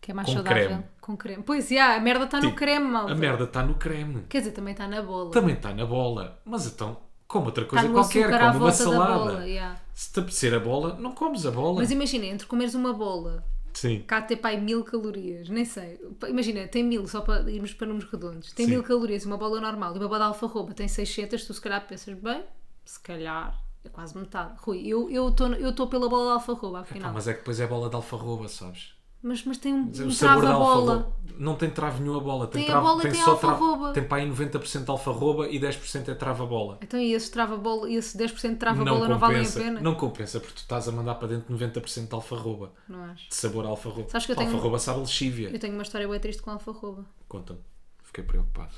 Speaker 1: Que é mais
Speaker 2: Com
Speaker 1: saudável.
Speaker 2: creme.
Speaker 1: Com creme. Pois é, a merda está no
Speaker 2: Tipo,
Speaker 1: creme, malta.
Speaker 2: A merda está no creme.
Speaker 1: Quer dizer, também está na bola.
Speaker 2: Também está na bola. Mas então, como outra
Speaker 1: Está
Speaker 2: coisa
Speaker 1: Tá no
Speaker 2: qualquer,
Speaker 1: açúcar à
Speaker 2: como uma
Speaker 1: volta da
Speaker 2: salada.
Speaker 1: bola. yeah.
Speaker 2: Se te apetecer a bola, não comes a bola.
Speaker 1: Mas imagina, entre comeres uma bola
Speaker 2: Sim.
Speaker 1: cá tem pai mil calorias, nem sei. Pá, Imagina, tem mil, só para irmos para números redondos. Tem
Speaker 2: Sim.
Speaker 1: mil calorias, uma bola normal e uma bola de alfarroba tem 600, tu se calhar pensas, bem, se calhar é quase metade. Rui, eu estou eu estou pela bola de alfarroba,
Speaker 2: Pá,
Speaker 1: afinal. mas...
Speaker 2: mas é que depois é bola de alfarroba, sabes?
Speaker 1: Mas, tem um,
Speaker 2: é O
Speaker 1: um trava
Speaker 2: sabor da
Speaker 1: a bola.
Speaker 2: alfarroba. Não tem travo nenhum a bola. Tem,
Speaker 1: Tem a
Speaker 2: travo,
Speaker 1: bola e
Speaker 2: tem,
Speaker 1: tem a
Speaker 2: só travo-
Speaker 1: alfarroba.
Speaker 2: Tem para aí 90% de alfarroba e 10% é trava-bola.
Speaker 1: Então e esse trava bola, e esse 10% de trava
Speaker 2: Não
Speaker 1: bola não valem a
Speaker 2: compensa.
Speaker 1: pena?
Speaker 2: não compensa porque tu estás a mandar para dentro 90% de alfarroba.
Speaker 1: Não acho.
Speaker 2: De sabor a alfarroba.
Speaker 1: Sabes que eu tenho-
Speaker 2: Alfarroba sabe a lexívia.
Speaker 1: Eu tenho uma história bem triste com alfarroba.
Speaker 2: Conta-me. Fiquei preocupado.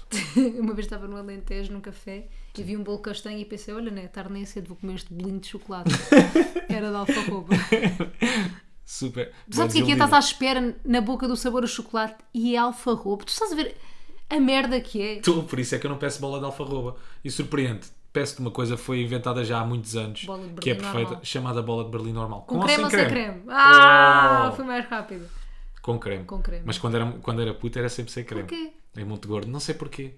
Speaker 1: uma vez estava no Alentejo, num café, e vi um bolo castanho e pensei, olha, né, tarde nem é cedo, vou comer este bolinho de chocolate. Era de alfarroba.
Speaker 2: Super.
Speaker 1: Sabes o que é que é? Estás à espera na boca do sabor a chocolate e é alfarrobo. Tu estás a ver a merda que é?
Speaker 2: Estou, por isso é que eu não peço bola de alfarroba. E surpreende. Peço-te uma coisa que foi inventada já há muitos anos,
Speaker 1: Bola de
Speaker 2: que é
Speaker 1: Berlim
Speaker 2: perfeita,
Speaker 1: normal.
Speaker 2: assim, chamada bola de Berlim normal.
Speaker 1: Com creme ou sem creme?
Speaker 2: Uau!
Speaker 1: Ah, foi mais rápido.
Speaker 2: Oh, Com creme.
Speaker 1: Ah, Com creme.
Speaker 2: Mas quando era, quando era puta era sempre sem creme.
Speaker 1: Porquê?
Speaker 2: Em Monte Gordo. Não sei porquê.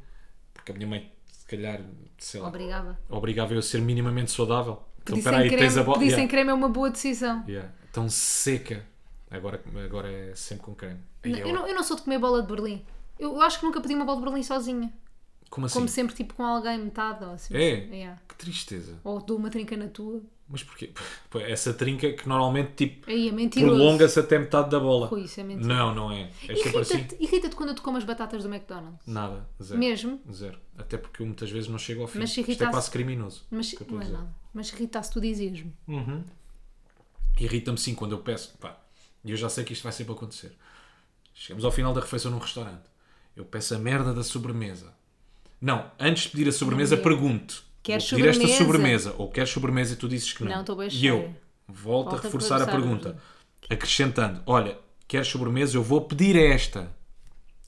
Speaker 2: Porque a minha mãe, se calhar, sei lá,
Speaker 1: Obrigada.
Speaker 2: obrigava eu a ser minimamente saudável. Então,
Speaker 1: Pedir
Speaker 2: espera aí,
Speaker 1: sem creme,
Speaker 2: bo-
Speaker 1: pedir sem
Speaker 2: Yeah.
Speaker 1: creme é uma boa decisão.
Speaker 2: Yeah. Tão seca. Agora, agora é sempre com creme. Aí é
Speaker 1: eu, não, eu não sou de comer bola de Berlim. Eu, eu acho que nunca pedi uma bola de Berlim sozinha.
Speaker 2: Como assim?
Speaker 1: Como sempre, tipo, com alguém, metade ou assim.
Speaker 2: É?
Speaker 1: Yeah.
Speaker 2: Que tristeza.
Speaker 1: Ou dou uma trinca na tua.
Speaker 2: Mas porquê? Pô, Essa trinca que normalmente tipo,
Speaker 1: Aí é mentiroso.
Speaker 2: prolonga-se até metade da bola.
Speaker 1: Rui, isso é mentira.
Speaker 2: não, não é. É sempre assim.
Speaker 1: Irrita-te irrita-te quando eu te como as batatas do McDonald's.
Speaker 2: Nada. Zero.
Speaker 1: Mesmo.
Speaker 2: Zero. Até porque eu muitas vezes não chego ao fim.
Speaker 1: Mas se
Speaker 2: Isto é
Speaker 1: irritasse-
Speaker 2: quase criminoso.
Speaker 1: Mas
Speaker 2: que eu estou
Speaker 1: não
Speaker 2: a
Speaker 1: é
Speaker 2: dizer.
Speaker 1: nada. Mas irrita-se tu dizias-me.
Speaker 2: Irrita-me sim quando eu peço. Pá, e eu já sei que isto vai sempre acontecer. Chegamos ao final da refeição num restaurante. Eu peço a merda da sobremesa. Não, antes de pedir a sobremesa,
Speaker 1: Não, eu-
Speaker 2: pergunto.
Speaker 1: Queres
Speaker 2: Vou pedir esta
Speaker 1: sobremesa?
Speaker 2: sobremesa? Ou queres sobremesa e tu dizes que não?
Speaker 1: Não, estou bem
Speaker 2: E eu
Speaker 1: cheia.
Speaker 2: volto
Speaker 1: Volta
Speaker 2: a
Speaker 1: a
Speaker 2: reforçar a
Speaker 1: reforçar.
Speaker 2: pergunta, acrescentando: Olha, queres sobremesa? Eu vou pedir esta.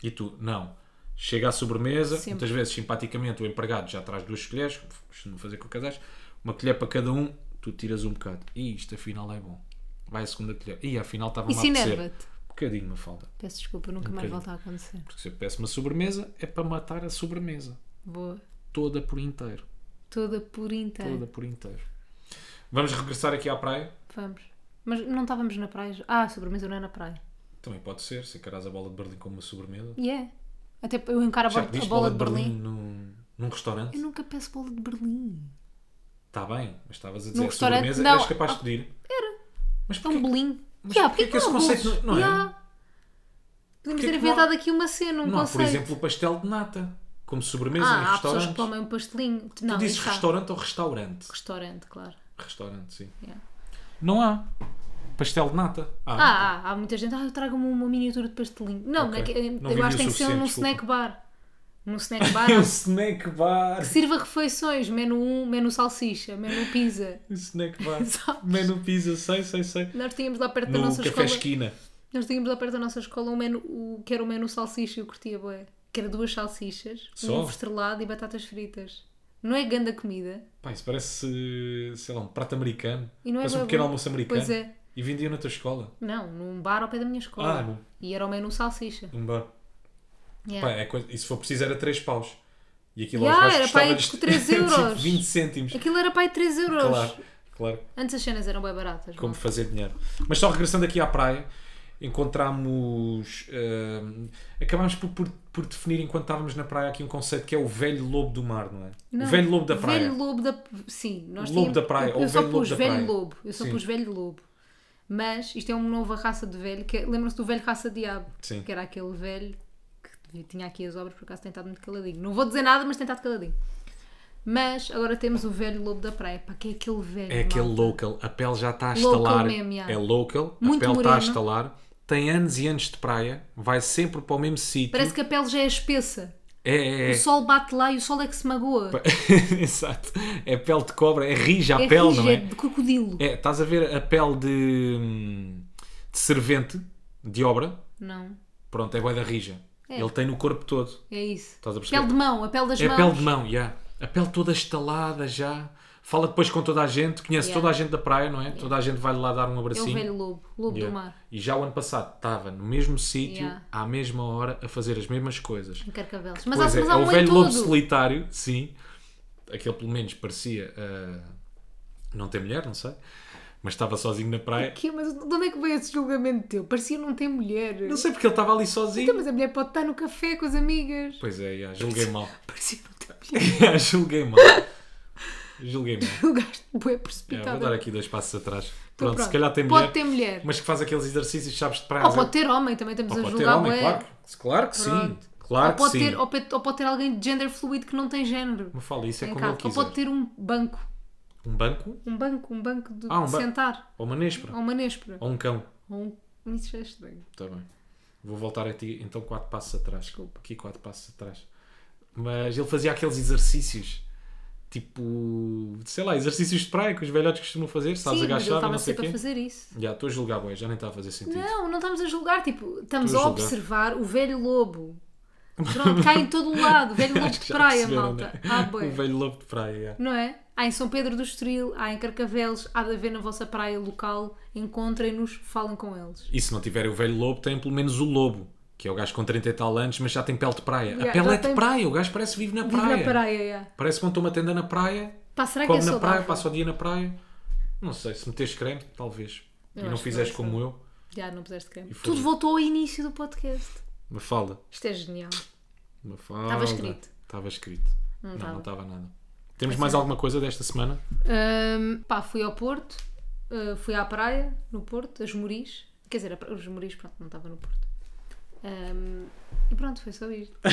Speaker 2: E tu, não. Chega à sobremesa,
Speaker 1: Sempre.
Speaker 2: muitas vezes, simpaticamente, o empregado já traz duas colheres, costumo fazer com casais, uma colher para cada um, tu tiras um bocado. E isto afinal é bom. Vai a segunda colher. E afinal estava-me a
Speaker 1: Isso
Speaker 2: apetecer.
Speaker 1: enerva-te.
Speaker 2: Um bocadinho, uma falda.
Speaker 1: Peço desculpa, nunca mais
Speaker 2: bocadinho.
Speaker 1: volta a acontecer.
Speaker 2: Porque se eu peço uma sobremesa, é para matar a sobremesa.
Speaker 1: Boa.
Speaker 2: Toda por inteiro.
Speaker 1: Toda por inteiro.
Speaker 2: Toda por inteiro. Vamos regressar aqui à praia.
Speaker 1: Vamos. Mas não estávamos na praia. já? Ah, a sobremesa não é na praia.
Speaker 2: Também pode ser, se encarás a bola de Berlim como uma sobremesa.
Speaker 1: E é. Até eu encaro a,
Speaker 2: Já
Speaker 1: bola,
Speaker 2: pediste
Speaker 1: a bola de Berlim.
Speaker 2: num, num restaurante?
Speaker 1: Eu nunca peço bola de Berlim.
Speaker 2: Está Tá bem, mas estavas a
Speaker 1: Num
Speaker 2: dizer
Speaker 1: restaurante?
Speaker 2: sobremesa,
Speaker 1: Não. oh,
Speaker 2: eras capaz de pedir. Mas
Speaker 1: É um
Speaker 2: porquê,
Speaker 1: bolinho.
Speaker 2: mas
Speaker 1: Já,
Speaker 2: porquê
Speaker 1: porquê
Speaker 2: que esse
Speaker 1: há
Speaker 2: conceito
Speaker 1: bolos?
Speaker 2: não- não é?
Speaker 1: Já. Podemos
Speaker 2: Porquê
Speaker 1: ter
Speaker 2: que não há-
Speaker 1: inventado aqui uma cena, um
Speaker 2: não há, por
Speaker 1: conceito.
Speaker 2: exemplo, pastel de nata como sobremesa em
Speaker 1: ah, há pessoas que
Speaker 2: restaurantes?
Speaker 1: comem um pastelinho. Não,
Speaker 2: Tu dizes
Speaker 1: isso há.
Speaker 2: restaurante ou restaurante?
Speaker 1: Restaurante, claro.
Speaker 2: Restaurante, sim.
Speaker 1: Yeah.
Speaker 2: Não há. Pastel de nata? Há.
Speaker 1: Ah, há, há muita gente. Ah, eu trago-me uma miniatura de pastelinho. Não,
Speaker 2: Ok.
Speaker 1: não é que-
Speaker 2: Não vivi
Speaker 1: eu
Speaker 2: o
Speaker 1: acho que tem que ser num
Speaker 2: suficiente, desculpa.
Speaker 1: snack bar. Num snack bar.
Speaker 2: É um
Speaker 1: há-
Speaker 2: snack bar.
Speaker 1: Sirva refeições, menu 1, menu salsicha, menu pizza.
Speaker 2: Um snack bar.
Speaker 1: Sabes?
Speaker 2: Menu pizza, sei, sei, sei.
Speaker 1: Nós tínhamos lá perto da
Speaker 2: No
Speaker 1: nossa
Speaker 2: café
Speaker 1: escola.
Speaker 2: esquina.
Speaker 1: Nós tínhamos lá perto da nossa escola um menu, o- que era o menu salsicha e eu curtia bué. Que era duas salsichas,
Speaker 2: Só?
Speaker 1: um ovo estrelado e batatas fritas. Não é ganda comida.
Speaker 2: Pá, isso parece, sei lá, um prato americano.
Speaker 1: E não é
Speaker 2: parece um
Speaker 1: bué
Speaker 2: pequeno
Speaker 1: bom.
Speaker 2: almoço americano.
Speaker 1: Pois é.
Speaker 2: E vendiam na tua escola.
Speaker 1: Não, num bar ao pé da minha escola.
Speaker 2: Ah, bom.
Speaker 1: e era o menu salsicha.
Speaker 2: Um bar.
Speaker 1: Yeah.
Speaker 2: Pá, é coisa- E se for preciso era 3 paus. E aquilo
Speaker 1: Ya,
Speaker 2: aos
Speaker 1: era
Speaker 2: gajos
Speaker 1: pá, aí
Speaker 2: custava-lhes
Speaker 1: com 3 euros.
Speaker 2: 20 tipo cêntimos.
Speaker 1: Aquilo era pai 3 euros.
Speaker 2: Claro, claro.
Speaker 1: Antes as cenas eram bem baratas.
Speaker 2: Como
Speaker 1: malta.
Speaker 2: fazer dinheiro. Mas só regressando aqui à praia, encontramos... hum, acabámos por, por, por definir, enquanto estávamos na praia, aqui um conceito que é o velho lobo do mar, não é?
Speaker 1: Não,
Speaker 2: o velho lobo da praia.
Speaker 1: Velho lobo da. Sim, nós
Speaker 2: Lobo
Speaker 1: tínhamos-
Speaker 2: da praia,
Speaker 1: Eu,
Speaker 2: ou
Speaker 1: eu só
Speaker 2: velho lobo
Speaker 1: pus
Speaker 2: da
Speaker 1: velho
Speaker 2: praia.
Speaker 1: lobo. Eu só
Speaker 2: Sim.
Speaker 1: pus velho lobo. Mas isto é uma nova raça de velho. que é- Lembram-se do velho raça diabo?
Speaker 2: Sim.
Speaker 1: Que era aquele velho que tinha aqui as obras, por acaso tem estado muito caladinho. Não vou dizer nada, mas tem estado caladinho. Mas agora temos o velho lobo da praia. Pá, que é aquele velho.
Speaker 2: É aquele
Speaker 1: malta.
Speaker 2: local, a pele já está a
Speaker 1: Local
Speaker 2: estalar.
Speaker 1: mesmo, já.
Speaker 2: É local,
Speaker 1: Muito
Speaker 2: a pele está a
Speaker 1: moreno.
Speaker 2: estalar. Tem anos e anos de praia, vai sempre para o mesmo sítio.
Speaker 1: Parece que a pele já é espessa.
Speaker 2: É, é, é.
Speaker 1: O sol bate lá e o sol é que se magoa.
Speaker 2: Exato. É pele de cobra, é rija a
Speaker 1: é
Speaker 2: pele,
Speaker 1: rija,
Speaker 2: não
Speaker 1: é
Speaker 2: é?
Speaker 1: de crocodilo.
Speaker 2: É, estás a ver a pele de, hum, de servente, de obra,
Speaker 1: Não,
Speaker 2: pronto, é bué da rija.
Speaker 1: É.
Speaker 2: Ele tem no corpo todo.
Speaker 1: é isso.
Speaker 2: Estás Tá a perceber?
Speaker 1: Pele de mão, a pele das
Speaker 2: é
Speaker 1: mãos.
Speaker 2: pele de mão, já. A pele toda estalada já. Fala depois com toda a gente, conhece
Speaker 1: Yeah.
Speaker 2: toda a gente da praia, não é? Toda a gente vai lá dar um
Speaker 1: É o
Speaker 2: abracinho.
Speaker 1: velho lobo, lobo
Speaker 2: Yeah.
Speaker 1: do mar,
Speaker 2: E já o ano passado estava no mesmo sítio,
Speaker 1: Yeah.
Speaker 2: à mesma hora, a fazer as mesmas coisas.
Speaker 1: em carcavelos. Mas
Speaker 2: pois
Speaker 1: há,
Speaker 2: é,
Speaker 1: mas
Speaker 2: é
Speaker 1: há
Speaker 2: o
Speaker 1: um em
Speaker 2: velho lobo
Speaker 1: todo.
Speaker 2: solitário, sim. Aquele pelo menos parecia. ah, não tem mulher, não sei. Mas estava sozinho na praia.
Speaker 1: Que- mas de onde é que veio esse julgamento teu? Parecia não ter mulher.
Speaker 2: Não sei porque ele estava ali
Speaker 1: Então,
Speaker 2: sozinho.
Speaker 1: mas a mulher pode estar no café com as amigas.
Speaker 2: Pois é, já, julguei mal.
Speaker 1: Parecia não ter mulher.
Speaker 2: Já, julguei mal. Julguei mal.
Speaker 1: Julgaste bué
Speaker 2: Já,
Speaker 1: precipitada.
Speaker 2: É, vou dar aqui dois passos atrás.
Speaker 1: Então,
Speaker 2: Pronto, se calhar tem
Speaker 1: pode
Speaker 2: mulher.
Speaker 1: ter mulher.
Speaker 2: Mas que faz aqueles exercícios, sabes, de praia.
Speaker 1: Ou pode ter homem, também estamos
Speaker 2: Ou
Speaker 1: a
Speaker 2: pode ter
Speaker 1: julgar
Speaker 2: homem,
Speaker 1: bué.
Speaker 2: claro. que- Claro que sim.
Speaker 1: Pronto.
Speaker 2: Claro
Speaker 1: ou,
Speaker 2: que
Speaker 1: pode
Speaker 2: sim.
Speaker 1: ter, ou, pe- ou pode ter alguém de gender fluid que não tem género.
Speaker 2: Me fala, isso é
Speaker 1: em
Speaker 2: como
Speaker 1: casa.
Speaker 2: ele
Speaker 1: ou
Speaker 2: quiser.
Speaker 1: pode ter um banco.
Speaker 2: Um banco?
Speaker 1: Um banco, um banco de
Speaker 2: Ah, um
Speaker 1: de
Speaker 2: ba-
Speaker 1: sentar.
Speaker 2: Ou uma néspera?
Speaker 1: Ou uma néspera.
Speaker 2: Ou um cão?
Speaker 1: Ou um... Isso é estranho.
Speaker 2: Está Tá bem. Vou voltar a ti, então, quatro passos atrás.
Speaker 1: Desculpa.
Speaker 2: Aqui, quatro passos atrás. Mas ele fazia aqueles exercícios, tipo, sei lá, exercícios de praia que os velhotes costumam fazer. Sabes
Speaker 1: Sim, mas ele
Speaker 2: agachar,
Speaker 1: estava
Speaker 2: não sei o
Speaker 1: sempre a
Speaker 2: quê.
Speaker 1: fazer isso.
Speaker 2: Já, estou a julgar, boy, já nem está a fazer sentido.
Speaker 1: Não, não estamos a julgar, tipo, estamos
Speaker 2: Estou Tipo, a
Speaker 1: a
Speaker 2: julgar.
Speaker 1: observar o velho lobo. Pronto, cai em todo o lado, o velho lobo
Speaker 2: Acho que
Speaker 1: de
Speaker 2: já
Speaker 1: praia,
Speaker 2: perceberam,
Speaker 1: malta.
Speaker 2: né?
Speaker 1: Ah,
Speaker 2: O
Speaker 1: boi.
Speaker 2: velho lobo de praia, já.
Speaker 1: Não é? Há em São Pedro do Estoril, há em Carcavelos, há de haver na vossa praia local. Encontrem-nos, falem com eles.
Speaker 2: E se não tiver o velho lobo, tem pelo menos o lobo, que é o gajo com 30 e tal anos, mas já tem pele de praia.
Speaker 1: Yeah,
Speaker 2: a pele
Speaker 1: já
Speaker 2: é de
Speaker 1: tem-
Speaker 2: praia, o gajo parece que vive na
Speaker 1: Vive
Speaker 2: praia.
Speaker 1: na praia, yeah.
Speaker 2: Parece que montou uma tenda na praia,
Speaker 1: Pá, será que é
Speaker 2: come na
Speaker 1: saudável?
Speaker 2: praia, passa o dia na praia. Não sei, se meteres creme, talvez.
Speaker 1: Eu
Speaker 2: e
Speaker 1: acho
Speaker 2: não
Speaker 1: que
Speaker 2: fizeres
Speaker 1: não é
Speaker 2: como eu,
Speaker 1: Já, não puseste creme.
Speaker 2: E foi-
Speaker 1: Tudo voltou ao início do podcast.
Speaker 2: uma falda.
Speaker 1: Isto é genial.
Speaker 2: Uma falda.
Speaker 1: Estava escrito.
Speaker 2: Estava escrito. Não,
Speaker 1: estava.
Speaker 2: não estava nada. Temos mais alguma coisa desta semana?
Speaker 1: Ahm, pá, fui ao Porto, ah, fui à praia, no Porto, as Moris. Quer dizer, a pra- os Moris, pronto, não estava no Porto. Ahm, e pronto, foi só isto.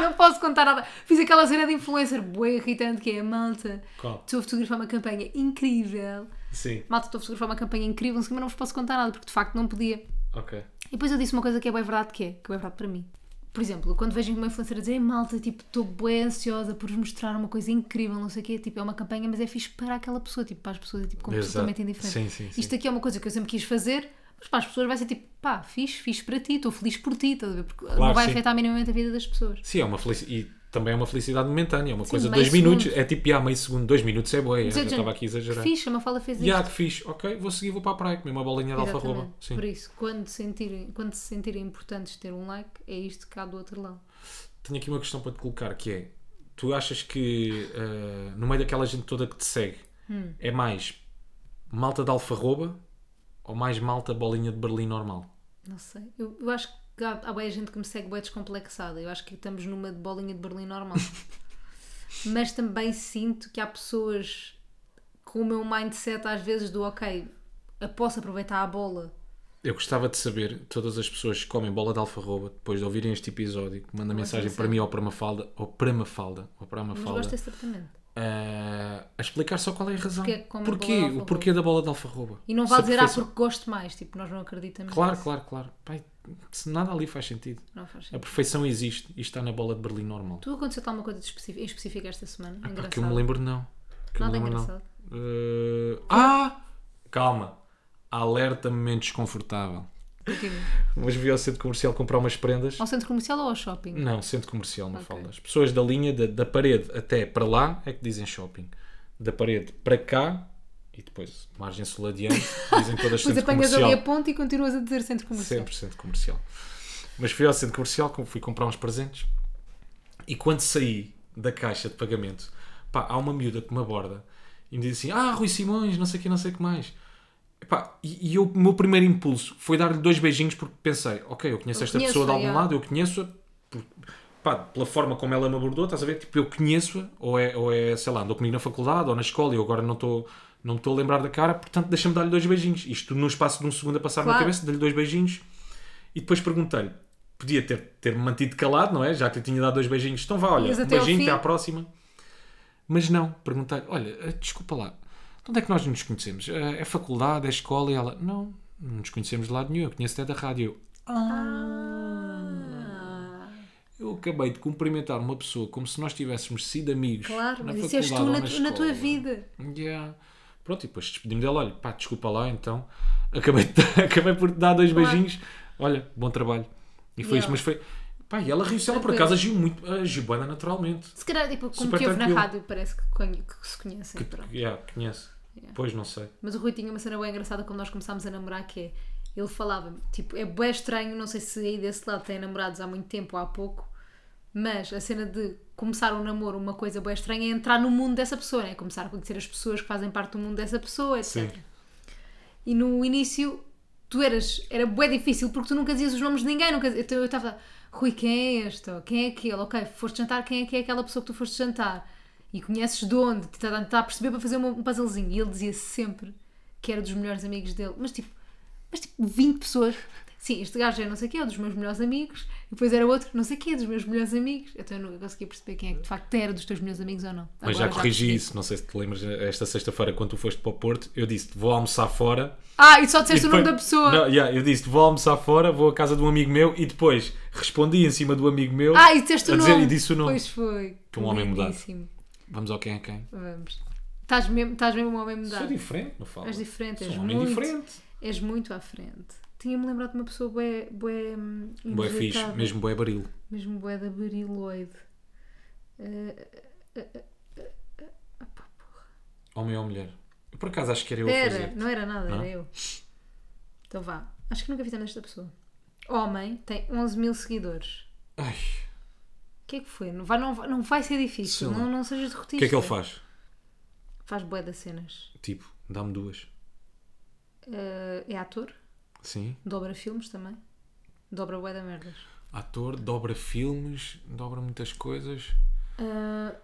Speaker 1: não posso contar nada. Fiz aquela cena de influencer bué irritante que é a malta.
Speaker 2: Qual?
Speaker 1: Estou a fotografar uma campanha incrível.
Speaker 2: Sim.
Speaker 1: Malta, estou a fotografar uma campanha incrível, não sei o quê, mas não vos posso contar nada porque de facto não podia.
Speaker 2: Ok.
Speaker 1: E depois eu disse uma coisa que é bem verdade que é, que é bué verdade para mim. Por exemplo, quando vejo uma influencer a dizer, "Ei, malta, tipo, estou bem ansiosa por vos mostrar uma coisa incrível, não sei o quê, tipo, é uma campanha, mas é fixe para aquela pessoa, tipo, para as pessoas é tipo como
Speaker 2: Exato.
Speaker 1: totalmente indiferente.
Speaker 2: Sim, sim, sim.
Speaker 1: Isto aqui é uma coisa que eu sempre quis fazer, mas para as pessoas vai ser tipo, pá, fixe, fixe para ti, estou feliz por ti, estás a ver? Porque não
Speaker 2: Claro,
Speaker 1: vai
Speaker 2: sim.
Speaker 1: afetar minimamente a vida das pessoas.
Speaker 2: Sim, é uma felicidade. E também é uma felicidade momentânea. É uma coisa de
Speaker 1: meio
Speaker 2: dois minutos.
Speaker 1: segundo.
Speaker 2: É tipo, ah, meio segundo, dois minutos é boa. Eu
Speaker 1: Mas eu
Speaker 2: já
Speaker 1: digo,
Speaker 2: estava aqui a exagerar.
Speaker 1: Fixe, a Mafalda fez
Speaker 2: E
Speaker 1: isto.
Speaker 2: ah, que fixe. Ok, vou seguir, vou para a praia comer uma bolinha de alfarroba.
Speaker 1: Exatamente.
Speaker 2: Sim.
Speaker 1: Por isso, quando, sentirem, quando se sentirem importantes ter um like, é isto que há do outro lado.
Speaker 2: Tenho aqui uma questão para te colocar que é: tu achas que ah, no meio daquela gente toda que te segue
Speaker 1: Hum.
Speaker 2: é mais malta de alfarroba ou mais malta bolinha de Berlim normal?
Speaker 1: Não sei. Eu, eu acho que há, há bem gente que me segue bem descomplexada. Eu acho que estamos numa de bolinha de Berlim normal. Mas também sinto que há pessoas com o meu mindset às vezes do ok, eu posso aproveitar a bola.
Speaker 2: Eu gostava de saber, todas as pessoas que comem bola de alfarroba, depois de ouvirem este episódio, que mandam mensagem
Speaker 1: sim.
Speaker 2: para mim ou para Mafalda, ou para Mafalda, ou para
Speaker 1: Mas
Speaker 2: Mafalda,
Speaker 1: gosto desse tratamento.
Speaker 2: ah, a explicar só qual é a razão.
Speaker 1: Porque é que comem
Speaker 2: Porquê?
Speaker 1: bola de
Speaker 2: o
Speaker 1: alfarroba.
Speaker 2: porquê da bola de alfarroba.
Speaker 1: E não
Speaker 2: Se
Speaker 1: vá
Speaker 2: a
Speaker 1: dizer, ah,
Speaker 2: perfeição-
Speaker 1: porque gosto mais. Tipo, nós não acreditamos.
Speaker 2: é Claro,
Speaker 1: nisso.
Speaker 2: claro, claro. Pai, se nada ali faz sentido.
Speaker 1: Não faz
Speaker 2: A
Speaker 1: sentido.
Speaker 2: perfeição existe e está na bola de Berlim normal.
Speaker 1: Tu aconteceu-te alguma coisa de específica, em específico esta semana? Engraçado.
Speaker 2: Ah, Porque eu me lembro não. Que eu
Speaker 1: Nada
Speaker 2: me lembro, não.
Speaker 1: engraçado.
Speaker 2: Eh, ah! Calma. Alerta-me mente desconfortável.
Speaker 1: Continua.
Speaker 2: Mas vi ao centro comercial comprar umas prendas.
Speaker 1: Ao centro comercial ou ao shopping?
Speaker 2: Não, centro comercial, uma falda. As pessoas da linha da, da parede até para lá é que dizem shopping. Da parede para cá e depois margem sul adiante dizem
Speaker 1: Depois
Speaker 2: todas centro
Speaker 1: apanhas ali
Speaker 2: comercial.
Speaker 1: a ponta e continuas a dizer centro comercial.
Speaker 2: Sempre centro comercial. Mas fui ao centro comercial, como fui comprar uns presentes e quando saí da caixa de pagamento, pá, há uma miúda que me aborda e me diz assim: Ah, Rui Simões, não sei o que, não sei o que mais. Epá, e e eu- o meu primeiro impulso foi dar-lhe dois beijinhos porque pensei: Ok, eu conheço
Speaker 1: Eu
Speaker 2: esta
Speaker 1: conheço-a,
Speaker 2: pessoa de algum
Speaker 1: yeah.
Speaker 2: lado, eu conheço-a. por- pá, pela forma como ela me abordou, estás a ver? Tipo, eu conheço-a, ou é, ou é, sei lá, andou comigo na faculdade ou na escola e eu agora não estou não me estou a lembrar da cara, portanto deixa-me dar-lhe dois beijinhos. Isto num espaço de um segundo a passar na
Speaker 1: Claro.
Speaker 2: cabeça, dei-lhe dois beijinhos e depois perguntei-lhe, podia ter, ter-me mantido calado, não é? Já que lhe tinha dado dois beijinhos, então vá, olha,
Speaker 1: Mas
Speaker 2: um
Speaker 1: até ao
Speaker 2: beijinho,
Speaker 1: fim.
Speaker 2: até à próxima. Mas não, perguntei-lhe, olha, eh, desculpa lá, de onde é que nós nos conhecemos? Eh, É faculdade, é escola? E ela, não, não nos conhecemos de lado nenhum, eu conheço até da rádio. Eu,
Speaker 1: Ah.
Speaker 2: Eu acabei de cumprimentar uma pessoa como se nós tivéssemos sido amigos.
Speaker 1: Claro,
Speaker 2: na
Speaker 1: mas isso és tu
Speaker 2: faculdade
Speaker 1: na,
Speaker 2: ou
Speaker 1: tu- na tua
Speaker 2: escola.
Speaker 1: vida.
Speaker 2: Yeah. Pronto, e depois despedi-me dela, olha, pá, desculpa lá, então acabei, de- acabei por te dar dois
Speaker 1: Claro.
Speaker 2: beijinhos, olha, bom trabalho. E
Speaker 1: Yeah.
Speaker 2: foi isso, mas foi. Pá, e ela riu-se, ela por acaso agiu muito, agiu bem naturalmente.
Speaker 1: Se calhar, tipo, como
Speaker 2: Super
Speaker 1: que houve na
Speaker 2: tranquilo.
Speaker 1: rádio, parece que, conhe- que se conhecem. pronto.
Speaker 2: Yeah, conhece.
Speaker 1: Yeah.
Speaker 2: Pois não sei.
Speaker 1: Mas o Rui tinha uma cena bem engraçada quando nós começámos a namorar, que é, ele falava tipo, é bem estranho, não sei se aí desse lado têm namorados há muito tempo ou há pouco, mas a cena de começar um namoro, uma coisa bem estranha, é entrar no mundo dessa pessoa, né? Começar a conhecer as pessoas que fazem parte do mundo dessa pessoa, etc.
Speaker 2: Sim.
Speaker 1: E no início, tu eras, era bem difícil, porque tu nunca dizias os nomes de ninguém, nunca, então eu estava, Rui, quem é este? Ou Quem é aquele? Ok, foste jantar, quem é que é aquela pessoa que tu foste jantar? E conheces de onde? Está está a perceber para fazer uma- um puzzlezinho. E ele dizia sempre que era dos melhores amigos dele, mas tipo, mas tipo 20 pessoas. Sim, este gajo é não sei quem, é dos meus melhores amigos, e depois era outro, não sei quem, é dos meus melhores amigos. Então eu nunca conseguia perceber quem é que de facto era dos teus melhores amigos ou não.
Speaker 2: Mas
Speaker 1: Agora
Speaker 2: já corrigi
Speaker 1: percebi.
Speaker 2: isso, não sei se te lembras, esta sexta-feira, quando tu foste para o Porto, eu disse vou almoçar fora.
Speaker 1: Ah, e só disseste
Speaker 2: E
Speaker 1: o nome
Speaker 2: depois-
Speaker 1: da pessoa.
Speaker 2: Não, yeah, eu disse, vou almoçar fora, vou à casa de um amigo meu e depois respondi em cima do amigo meu.
Speaker 1: Ah, e disseste
Speaker 2: a
Speaker 1: o
Speaker 2: dizer-
Speaker 1: nome.
Speaker 2: E disse o nome.
Speaker 1: Pois foi.
Speaker 2: um homem mudado.
Speaker 1: Lindíssimo.
Speaker 2: Vamos ao quem é quem.
Speaker 1: Vamos. Estás mesmo, estás mesmo um homem
Speaker 2: Sou
Speaker 1: mudado.
Speaker 2: diferente, não falo.
Speaker 1: És diferente,
Speaker 2: Sou
Speaker 1: és
Speaker 2: um homem
Speaker 1: muito.
Speaker 2: diferente.
Speaker 1: És muito à frente. Tinha-me lembrado de uma pessoa bué... Bué, hum,
Speaker 2: Boé fixe,
Speaker 1: invejetável.
Speaker 2: mesmo boé baril.
Speaker 1: Mesmo bué da bariloide. Ah, ah, ah, ah, ah, ah, pá,
Speaker 2: Homem ou mulher? Eu por acaso acho que era eu a
Speaker 1: Era,
Speaker 2: fazer.
Speaker 1: não era nada,
Speaker 2: Não?
Speaker 1: era eu. Então vá. Acho que nunca vi nada desta pessoa. Homem, tem 11 mil seguidores.
Speaker 2: Ai,
Speaker 1: O que é que foi? Não vai, não vai, não vai ser difícil.
Speaker 2: Sei lá.
Speaker 1: Não, não sejas derrotista.
Speaker 2: o que é que ele faz?
Speaker 1: Faz bué das cenas.
Speaker 2: Tipo, dá-me duas.
Speaker 1: Eh, é ator,
Speaker 2: Sim.
Speaker 1: dobra filmes também. Dobra bué da merdas.
Speaker 2: Ator, dobra filmes, dobra muitas coisas.
Speaker 1: Ah,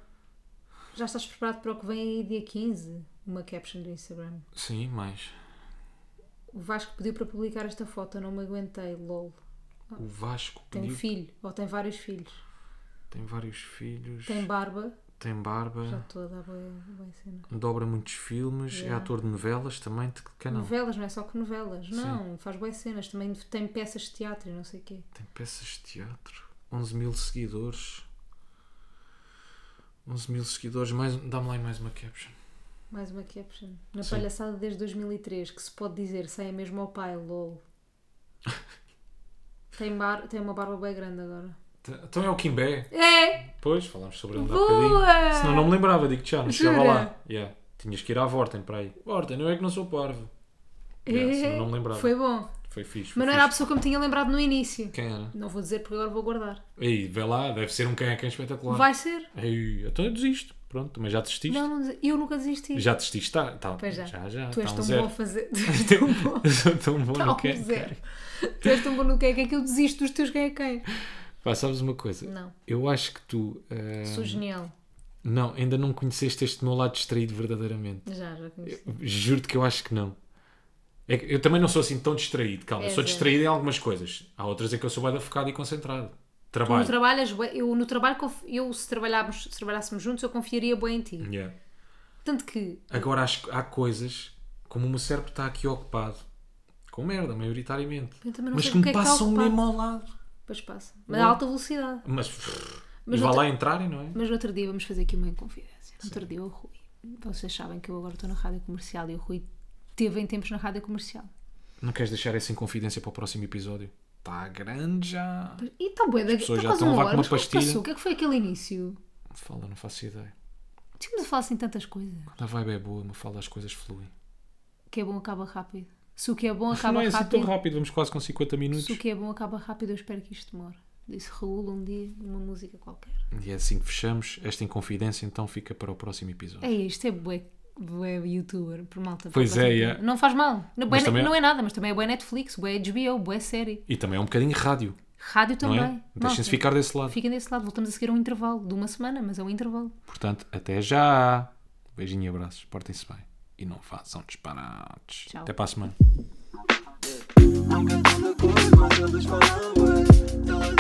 Speaker 1: já estás preparado para o que vem aí dia 15? Uma caption do Instagram.
Speaker 2: Sim, mais.
Speaker 1: O Vasco pediu para publicar esta foto, eu não me aguentei, lol.
Speaker 2: O Vasco
Speaker 1: Tem um
Speaker 2: pediu.
Speaker 1: filho, ou tem vários filhos.
Speaker 2: Tem vários filhos.
Speaker 1: Tem
Speaker 2: Tem,
Speaker 1: barba,
Speaker 2: barba.
Speaker 1: já estou a dar bué- bué cena.
Speaker 2: Dobra muitos filmes. É
Speaker 1: Yeah.
Speaker 2: ator de novelas também. De canal.
Speaker 1: Novelas, não é só que novelas. Não, faz boas cenas. Também tem peças de teatro e não sei o quê.
Speaker 2: Tem peças de teatro. 11 mil seguidores. 11 mil seguidores. Mais... Dá-me lá aí mais uma caption.
Speaker 1: Mais uma caption. Na
Speaker 2: Sim.
Speaker 1: palhaçada desde 2003, que se pode dizer sem a mesma ao pai, lol. tem, bar... tem uma barba bem grande agora.
Speaker 2: T- Então é o Kimbé.
Speaker 1: É!
Speaker 2: Pois, falámos sobre ele há
Speaker 1: Boa!
Speaker 2: bocadinho. Senão não me lembrava, digo já, não chegava
Speaker 1: Jura?
Speaker 2: lá. Yeah. Tinhas que ir à Vorten para aí. Vorten, eu é que não sou parvo. Yeah, senão não me lembrava.
Speaker 1: É! Foi bom.
Speaker 2: Foi fixe. foi
Speaker 1: Mas não era a
Speaker 2: fixe.
Speaker 1: pessoa que eu me tinha lembrado no início.
Speaker 2: Quem era?
Speaker 1: Não vou dizer porque agora vou guardar.
Speaker 2: Aí, vê lá, deve ser um quem é quem espetacular.
Speaker 1: Vai ser.
Speaker 2: Ei, então eu desisto. Pronto, também já desististe.
Speaker 1: Não, não desi- eu nunca desisti.
Speaker 2: Já desististe, tá, tá,
Speaker 1: Pois já.
Speaker 2: já, já.
Speaker 1: tu és
Speaker 2: tá um
Speaker 1: tão
Speaker 2: zero.
Speaker 1: bom a fazer. Tu és tão bom.
Speaker 2: Eu sou tão bom
Speaker 1: Tá
Speaker 2: no
Speaker 1: um
Speaker 2: quem é
Speaker 1: zero.
Speaker 2: quem.
Speaker 1: tu és tão bom no que é que é que eu desisto dos teus quem é quem.
Speaker 2: Pá, sabes uma coisa?
Speaker 1: Não.
Speaker 2: Eu acho que tu. eh,
Speaker 1: Sou genial.
Speaker 2: Não, ainda não conheceste este meu lado distraído verdadeiramente.
Speaker 1: Já, já conheci.
Speaker 2: Juro-te que eu acho que não. É que eu também não sou assim tão distraído, calma.
Speaker 1: És,
Speaker 2: sou
Speaker 1: és.
Speaker 2: distraído em algumas coisas. Há outras em que eu sou bem focado e concentrado.
Speaker 1: Tu no
Speaker 2: Trabalho.
Speaker 1: trabalhas, bué- eu no trabalho, conf- eu se, trabalharmos, se trabalhássemos juntos, eu confiaria bem em ti.
Speaker 2: Yeah.
Speaker 1: Tanto que,
Speaker 2: Agora acho que há coisas, como o meu cérebro está aqui ocupado, com merda, maioritariamente.
Speaker 1: Eu também não
Speaker 2: Mas
Speaker 1: sei
Speaker 2: que me
Speaker 1: porque é que está
Speaker 2: passam
Speaker 1: ocupado.
Speaker 2: mesmo ao lado.
Speaker 1: depois passa. Mas a alta velocidade.
Speaker 2: Mas,
Speaker 1: Mas
Speaker 2: e vai
Speaker 1: outra-
Speaker 2: lá entrarem, não é?
Speaker 1: Mas no outro dia vamos fazer aqui uma confidência. No outro dia o Rui. Vocês sabem que eu agora estou na rádio comercial e o Rui teve em tempos na rádio comercial.
Speaker 2: Não queres deixar essa em confidência para o próximo episódio? Está grande já.
Speaker 1: E tá está boa, daqui
Speaker 2: pessoas
Speaker 1: está
Speaker 2: já
Speaker 1: quase
Speaker 2: estão a
Speaker 1: uma
Speaker 2: levar
Speaker 1: hora.
Speaker 2: com
Speaker 1: Mas como é
Speaker 2: uma
Speaker 1: que passou?
Speaker 2: pastilha.
Speaker 1: O que é que foi aquele início?
Speaker 2: Fala, não faço ideia.
Speaker 1: Tínhamos a falar assim tantas coisas.
Speaker 2: Quando a vibe é boa, me fala, as coisas fluem.
Speaker 1: O que é bom acaba rápido. Se o que é bom acaba
Speaker 2: não é assim
Speaker 1: rápido,
Speaker 2: tão rápido, vamos quase com 50 minutos.
Speaker 1: se o que é bom acaba rápido, eu espero que isto demore. Disse Raul um dia numa música qualquer.
Speaker 2: E é assim que fechamos. Esta Inconfidência então fica para o próximo episódio.
Speaker 1: É isto, é bué, bué youtuber, por malta.
Speaker 2: Pois
Speaker 1: por
Speaker 2: é,
Speaker 1: bastante
Speaker 2: é.
Speaker 1: tempo. Não faz mal. Não, bué
Speaker 2: Mas
Speaker 1: ne-
Speaker 2: também-
Speaker 1: não é nada, mas também é bué Netflix, bué HBO, bué série.
Speaker 2: E também é um bocadinho rádio,
Speaker 1: Rádio
Speaker 2: não
Speaker 1: também.
Speaker 2: é? Deixem-se
Speaker 1: Malta,
Speaker 2: ficar desse lado.
Speaker 1: Fiquem desse lado. Voltamos a seguir a um intervalo de uma semana, mas é um intervalo.
Speaker 2: Portanto, até já. Beijinho e abraços. Portem-se bem. E não façam disparates.
Speaker 1: Tchau.
Speaker 2: Até para a semana.
Speaker 3: Nunca tanta cor, mas eles falam bué. Elas